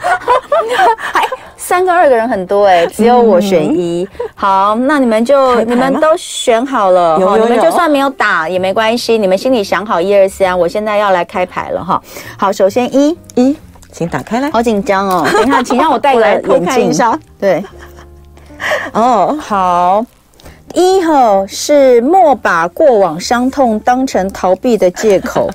[SPEAKER 2] 哎三个二的人很多哎、只有我选一。好，那你们就
[SPEAKER 3] 嗯开牌吗
[SPEAKER 2] 你们都选好了，
[SPEAKER 3] 有
[SPEAKER 2] 哈
[SPEAKER 3] 有
[SPEAKER 2] 你们
[SPEAKER 3] 有
[SPEAKER 2] 就算没有打也没关系，你们心里想好一二三，我现在要来开牌了哈。好，首先一，
[SPEAKER 3] 一，请打开来。
[SPEAKER 2] 好紧张哦，等一下，请让我戴
[SPEAKER 3] 我
[SPEAKER 2] 个
[SPEAKER 3] 来偷
[SPEAKER 2] 眼
[SPEAKER 3] 看
[SPEAKER 2] 镜
[SPEAKER 3] 一下。
[SPEAKER 2] 对，
[SPEAKER 3] 哦，
[SPEAKER 2] 好，一吼是莫把过往伤痛当成逃避的借 口。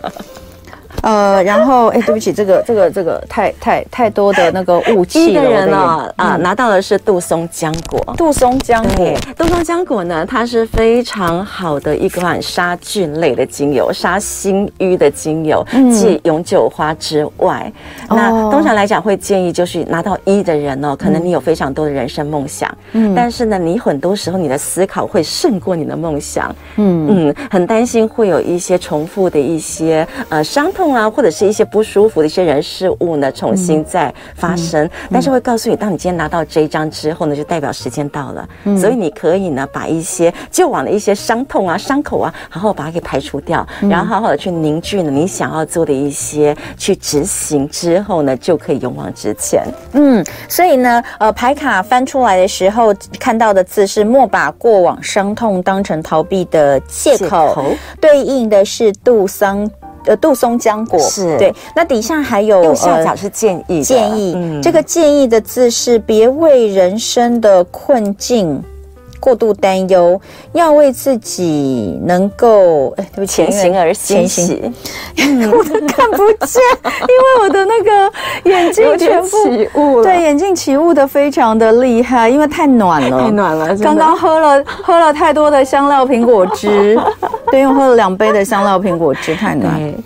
[SPEAKER 2] 呃，然后哎，对不起，这个这个这个太太太多的那个雾
[SPEAKER 3] 一
[SPEAKER 2] 气
[SPEAKER 3] 个
[SPEAKER 2] 了，
[SPEAKER 3] 人
[SPEAKER 2] 我
[SPEAKER 3] 哦，啊，拿到的是杜松浆果。
[SPEAKER 2] 杜松浆
[SPEAKER 3] 对
[SPEAKER 2] 果，，
[SPEAKER 3] 杜松浆果呢，它是非常好的一款杀菌类的精油，杀心瘀的精油，继永久花之外，那
[SPEAKER 2] 哦
[SPEAKER 3] 通常来讲会建议就是拿到一的人哦，可能你有非常多的人生梦想，但是呢，你很多时候你的思考会胜过你的梦想，嗯，很担心会有一些重复的一些呃伤痛啊，或者是一些不舒服的一些人事物呢，重新再发生。
[SPEAKER 2] 嗯
[SPEAKER 3] 但是会告诉你，当你今天拿到这一张之后呢，就代表时间到了，
[SPEAKER 2] 嗯
[SPEAKER 3] 所以你可以呢把一些旧往的一些伤痛啊、伤口啊，好好把它给排除掉，
[SPEAKER 2] 嗯
[SPEAKER 3] 然后好好的去凝聚呢你想要做的一些去执行之后呢，就可以勇往直前。
[SPEAKER 2] 嗯，所以呢，呃，牌卡翻出来的时候看到的字是莫把过往伤痛当成逃避的借口，哦
[SPEAKER 3] 借口
[SPEAKER 2] 对应的是杜桑呃杜松浆果，
[SPEAKER 3] 是
[SPEAKER 2] 对，那底下还有
[SPEAKER 3] 右下
[SPEAKER 2] 呃
[SPEAKER 3] 角是建议的，
[SPEAKER 2] 建议。
[SPEAKER 3] 嗯
[SPEAKER 2] 这个建议的字是：别为人生的困境过度担忧，要为自己能够……哎，对不起，
[SPEAKER 3] 前行而
[SPEAKER 2] 前
[SPEAKER 3] 欣
[SPEAKER 2] 行
[SPEAKER 3] 喜，
[SPEAKER 2] 我都看不见，因为我的那个眼睛全 部。
[SPEAKER 3] 雾
[SPEAKER 2] 对，眼镜起雾的非常的厉害，因为太暖了，
[SPEAKER 3] 太暖了，真的
[SPEAKER 2] 刚刚喝了喝了太多的香料苹果汁， 对，因为我喝了两杯的香料苹果汁，太暖了。
[SPEAKER 3] 对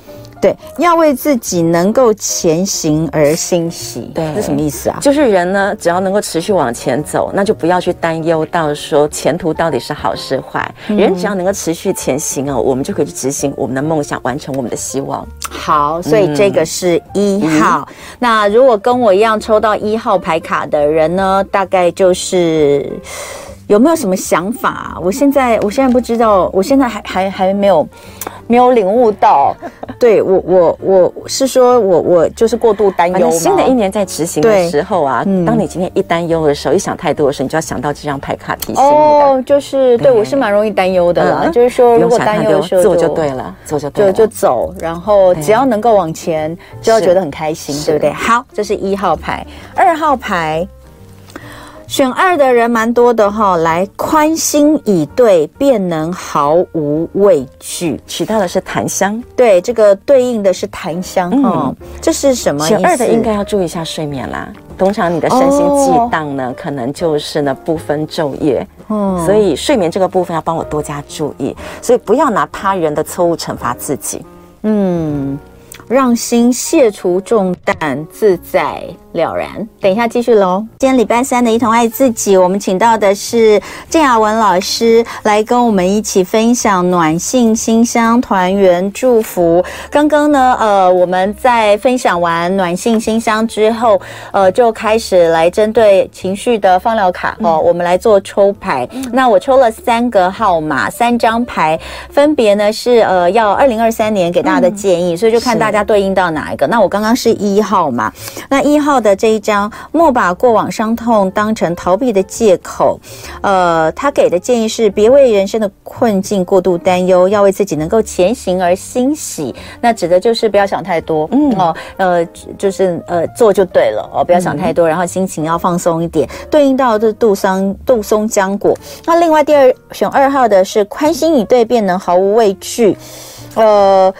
[SPEAKER 2] 对，要为自己能够前行而欣喜，
[SPEAKER 3] 对
[SPEAKER 2] 这什么意思啊？
[SPEAKER 3] 就是人呢，只要能够持续往前走，那就不要去担忧到说前途到底是好是坏。
[SPEAKER 2] 嗯
[SPEAKER 3] 人只要能够持续前行哦，我们就可以去执行我们的梦想，完成我们的希望。
[SPEAKER 2] 好，所以这个是一号。那如果跟我一样抽到一号牌卡的人呢，大概就是有没有什么想法？啊我现在我现在不知道，我现在还还还没有没有领悟到。对我我我是说我我就是过度担
[SPEAKER 3] 反
[SPEAKER 2] 忧
[SPEAKER 3] 正
[SPEAKER 2] 吗
[SPEAKER 3] 新的一年在执行
[SPEAKER 2] 对
[SPEAKER 3] 的时候啊，
[SPEAKER 2] 嗯
[SPEAKER 3] 当你今天一担忧的时候，一想太多的时候，你就要想到这张牌卡提醒你的。
[SPEAKER 2] 哦，就是对
[SPEAKER 3] 对
[SPEAKER 2] 我是蛮容易担忧的啦。
[SPEAKER 3] 嗯
[SPEAKER 2] 就是说，
[SPEAKER 3] 不
[SPEAKER 2] 如
[SPEAKER 3] 用
[SPEAKER 2] 果
[SPEAKER 3] 想太
[SPEAKER 2] 担忧
[SPEAKER 3] 多
[SPEAKER 2] 的时候，
[SPEAKER 3] 做就对了，做就对
[SPEAKER 2] 就
[SPEAKER 3] 了。
[SPEAKER 2] 就走，然后只要能够往前，就要觉得很开心，
[SPEAKER 3] 哎是
[SPEAKER 2] 对不对？好，这是一号牌，二号牌。选二的人蛮多的哈、来宽心以对，便能毫无畏惧。
[SPEAKER 3] 取到的是檀香，
[SPEAKER 2] 对，这个对应的是檀香
[SPEAKER 3] 嗯
[SPEAKER 2] 哦，这是什么意思？
[SPEAKER 3] 选二的应该要注意一下睡眠啦。通常你的身心悸荡呢，可能就是呢不分昼夜。
[SPEAKER 2] 嗯
[SPEAKER 3] 所以睡眠这个部分要帮我多加注意，所以不要拿他人的错误惩罚自己。
[SPEAKER 2] 嗯，让心卸除重担，自在
[SPEAKER 4] 了然。等一下继续喽。
[SPEAKER 2] 今天礼拜三的《一同爱自己》，我们请到的是郑雅文老师来跟我们一起分享暖性新乡团圆祝福。
[SPEAKER 4] 刚刚呢，呃，我们在分享完暖性新香之后，呃，就开始来针对情绪的放疗卡哦，我们来做抽牌。那我抽了三个号码，三张牌，分别呢是呃要二零二三年给大家的建议，所以就看大家对应到哪一个。那我刚刚是一号嘛，
[SPEAKER 2] 那一号的这一张，莫把过往伤痛当成逃避的借口。呃，他给的建议是，别为人生的困境过度担忧，要为自己能够前行而欣喜。
[SPEAKER 4] 那指的就是不要想太多，嗯哦，呃，就是呃做就对了哦，不要想太多，然后心情要放松一点。
[SPEAKER 2] 对应到的是杜桑杜松浆果。那另外第二选二号的是宽心以对，便能毫无畏惧。呃，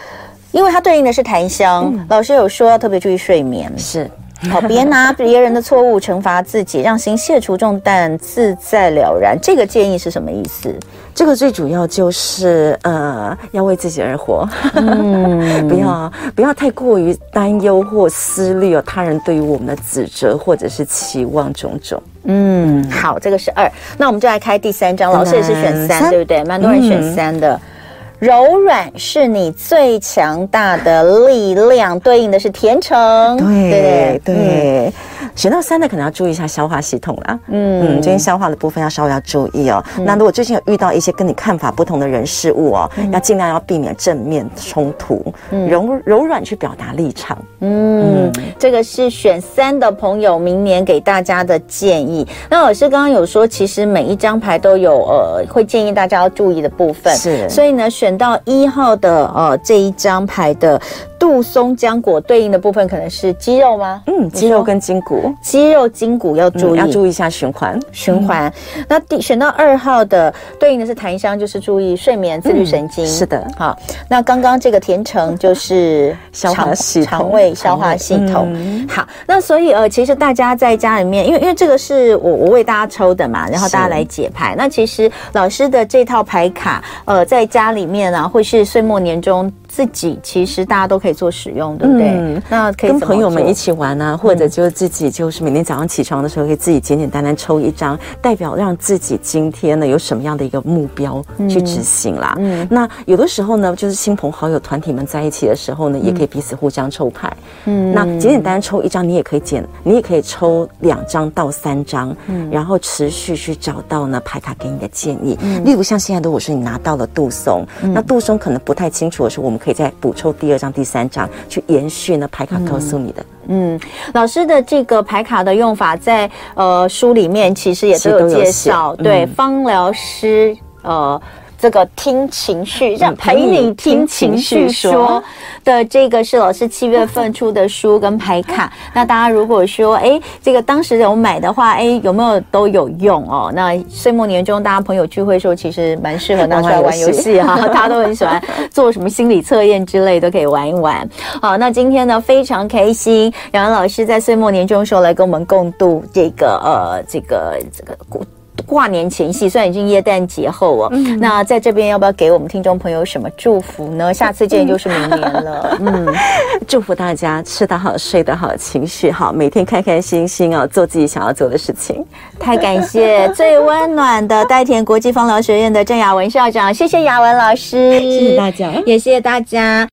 [SPEAKER 2] 因为它对应的是檀香，老师有说要特别注意睡眠。
[SPEAKER 3] 是
[SPEAKER 2] 好，别拿别人的错误惩罚自己，让心卸除重担，自在了然。这个建议是什么意思？
[SPEAKER 3] 这个最主要就是呃，要为自己而活，
[SPEAKER 2] 嗯
[SPEAKER 3] 不要不要太过于担忧或思虑哦他人对于我们的指责或者是期望种种。
[SPEAKER 4] 嗯，好，这个是二，那我们就来开第三张，老师也是选三，
[SPEAKER 3] 三
[SPEAKER 4] 对不对？蛮多人选三的。
[SPEAKER 2] 柔软是你最强大的力量，对应的是甜橙。
[SPEAKER 3] 对
[SPEAKER 2] 对
[SPEAKER 3] 对，选到三的可能要注意一下消化系统啦。嗯最近消化的部分要稍微要注意哦。
[SPEAKER 2] 嗯
[SPEAKER 3] 那如果最近有遇到一些跟你看法不同的人事物哦，
[SPEAKER 2] 嗯
[SPEAKER 3] 要尽量要避免正面冲突，柔柔软去表达立场。
[SPEAKER 2] 嗯，这个是选三的朋友明年给大家的建议。那老师刚刚有说，其实每一张牌都有呃，会建议大家要注意的部分。
[SPEAKER 3] 是
[SPEAKER 2] 所以呢，选到一号的呃这一张牌的杜松浆果对应的部分可能是肌肉吗？
[SPEAKER 3] 嗯，肌肉跟筋骨，
[SPEAKER 2] 肌肉筋骨要注
[SPEAKER 3] 嗯
[SPEAKER 2] 意，
[SPEAKER 3] 要注意一嗯下循环。
[SPEAKER 2] 循环。那第选到二号的对应的是檀香，就是注意睡眠、自律神经。
[SPEAKER 3] 嗯是的，
[SPEAKER 2] 好，那刚刚这个甜橙就是
[SPEAKER 3] 消化
[SPEAKER 2] 肠
[SPEAKER 3] 系统
[SPEAKER 2] 肠胃消化系统。
[SPEAKER 3] 嗯
[SPEAKER 2] 好，那所以呃，其实大家在家里面，因为因为这个是我我为大家抽的嘛，然后
[SPEAKER 3] 是
[SPEAKER 2] 大家来解牌。那其实老师的这套牌卡，呃，在家里面啊，或是岁末年终自己，其实大家都可以做使用，对不对？
[SPEAKER 3] 嗯
[SPEAKER 2] 那可以
[SPEAKER 3] 跟
[SPEAKER 2] 怎么
[SPEAKER 3] 朋友们
[SPEAKER 2] 做嗯
[SPEAKER 3] 一起玩啊，或者就自己就是每天早上起床的时候，可以自己简简单单抽一张，代表让自己今天呢有什么样的一个目标去执行啦。
[SPEAKER 2] 嗯
[SPEAKER 3] 那有的时候呢，就是亲朋好友、团体们在一起的时候呢，也可以彼此互相抽牌。嗯，那简简单单抽一张，你也可以简，你也可以抽两张到三张，然后持续去找到呢牌卡给你的建议。例如像现在，如果说你拿到了杜松，那杜松可能不太清楚的时候，我们可以再补抽第二张、第三张，去延续呢牌卡告诉你的。
[SPEAKER 2] 老师的这个牌卡的用法在呃书里面其实也都有
[SPEAKER 3] 其实都有
[SPEAKER 2] 介绍，
[SPEAKER 3] 写
[SPEAKER 2] 对
[SPEAKER 3] 嗯
[SPEAKER 2] 芳疗师呃。这个听情绪，让陪
[SPEAKER 3] 陪你
[SPEAKER 2] 你听
[SPEAKER 3] 嗯听
[SPEAKER 2] 情
[SPEAKER 3] 情
[SPEAKER 2] 绪
[SPEAKER 3] 绪
[SPEAKER 2] 说
[SPEAKER 3] 说
[SPEAKER 2] 的这个是老师七月份出的书跟牌卡。那大家如果说，哎，这个当时有买的话，哎，有没有都有用哦？那岁末年终，大家朋友聚会的时候，其实蛮适合拿出来玩游戏啊，大家都很喜欢做什么心理测验之类，都可以玩一玩。好，那今天呢非常开心，杨洋老师在岁末年终的时候来跟我们共度这个呃这个这个过跨年前夕，虽然已经耶诞节后哦，那在这边要不要给我们听众朋友什么祝福呢？下次见就是明年了，嗯，
[SPEAKER 3] 祝福大家吃得好、睡得好、情绪好，每天开开心心哦，做自己想要做的事情。
[SPEAKER 2] 太感谢最温暖的代田国际芳疗学院的郑雅文校长，谢谢雅文老师，谢
[SPEAKER 3] 谢谢大家
[SPEAKER 2] 也谢谢大家。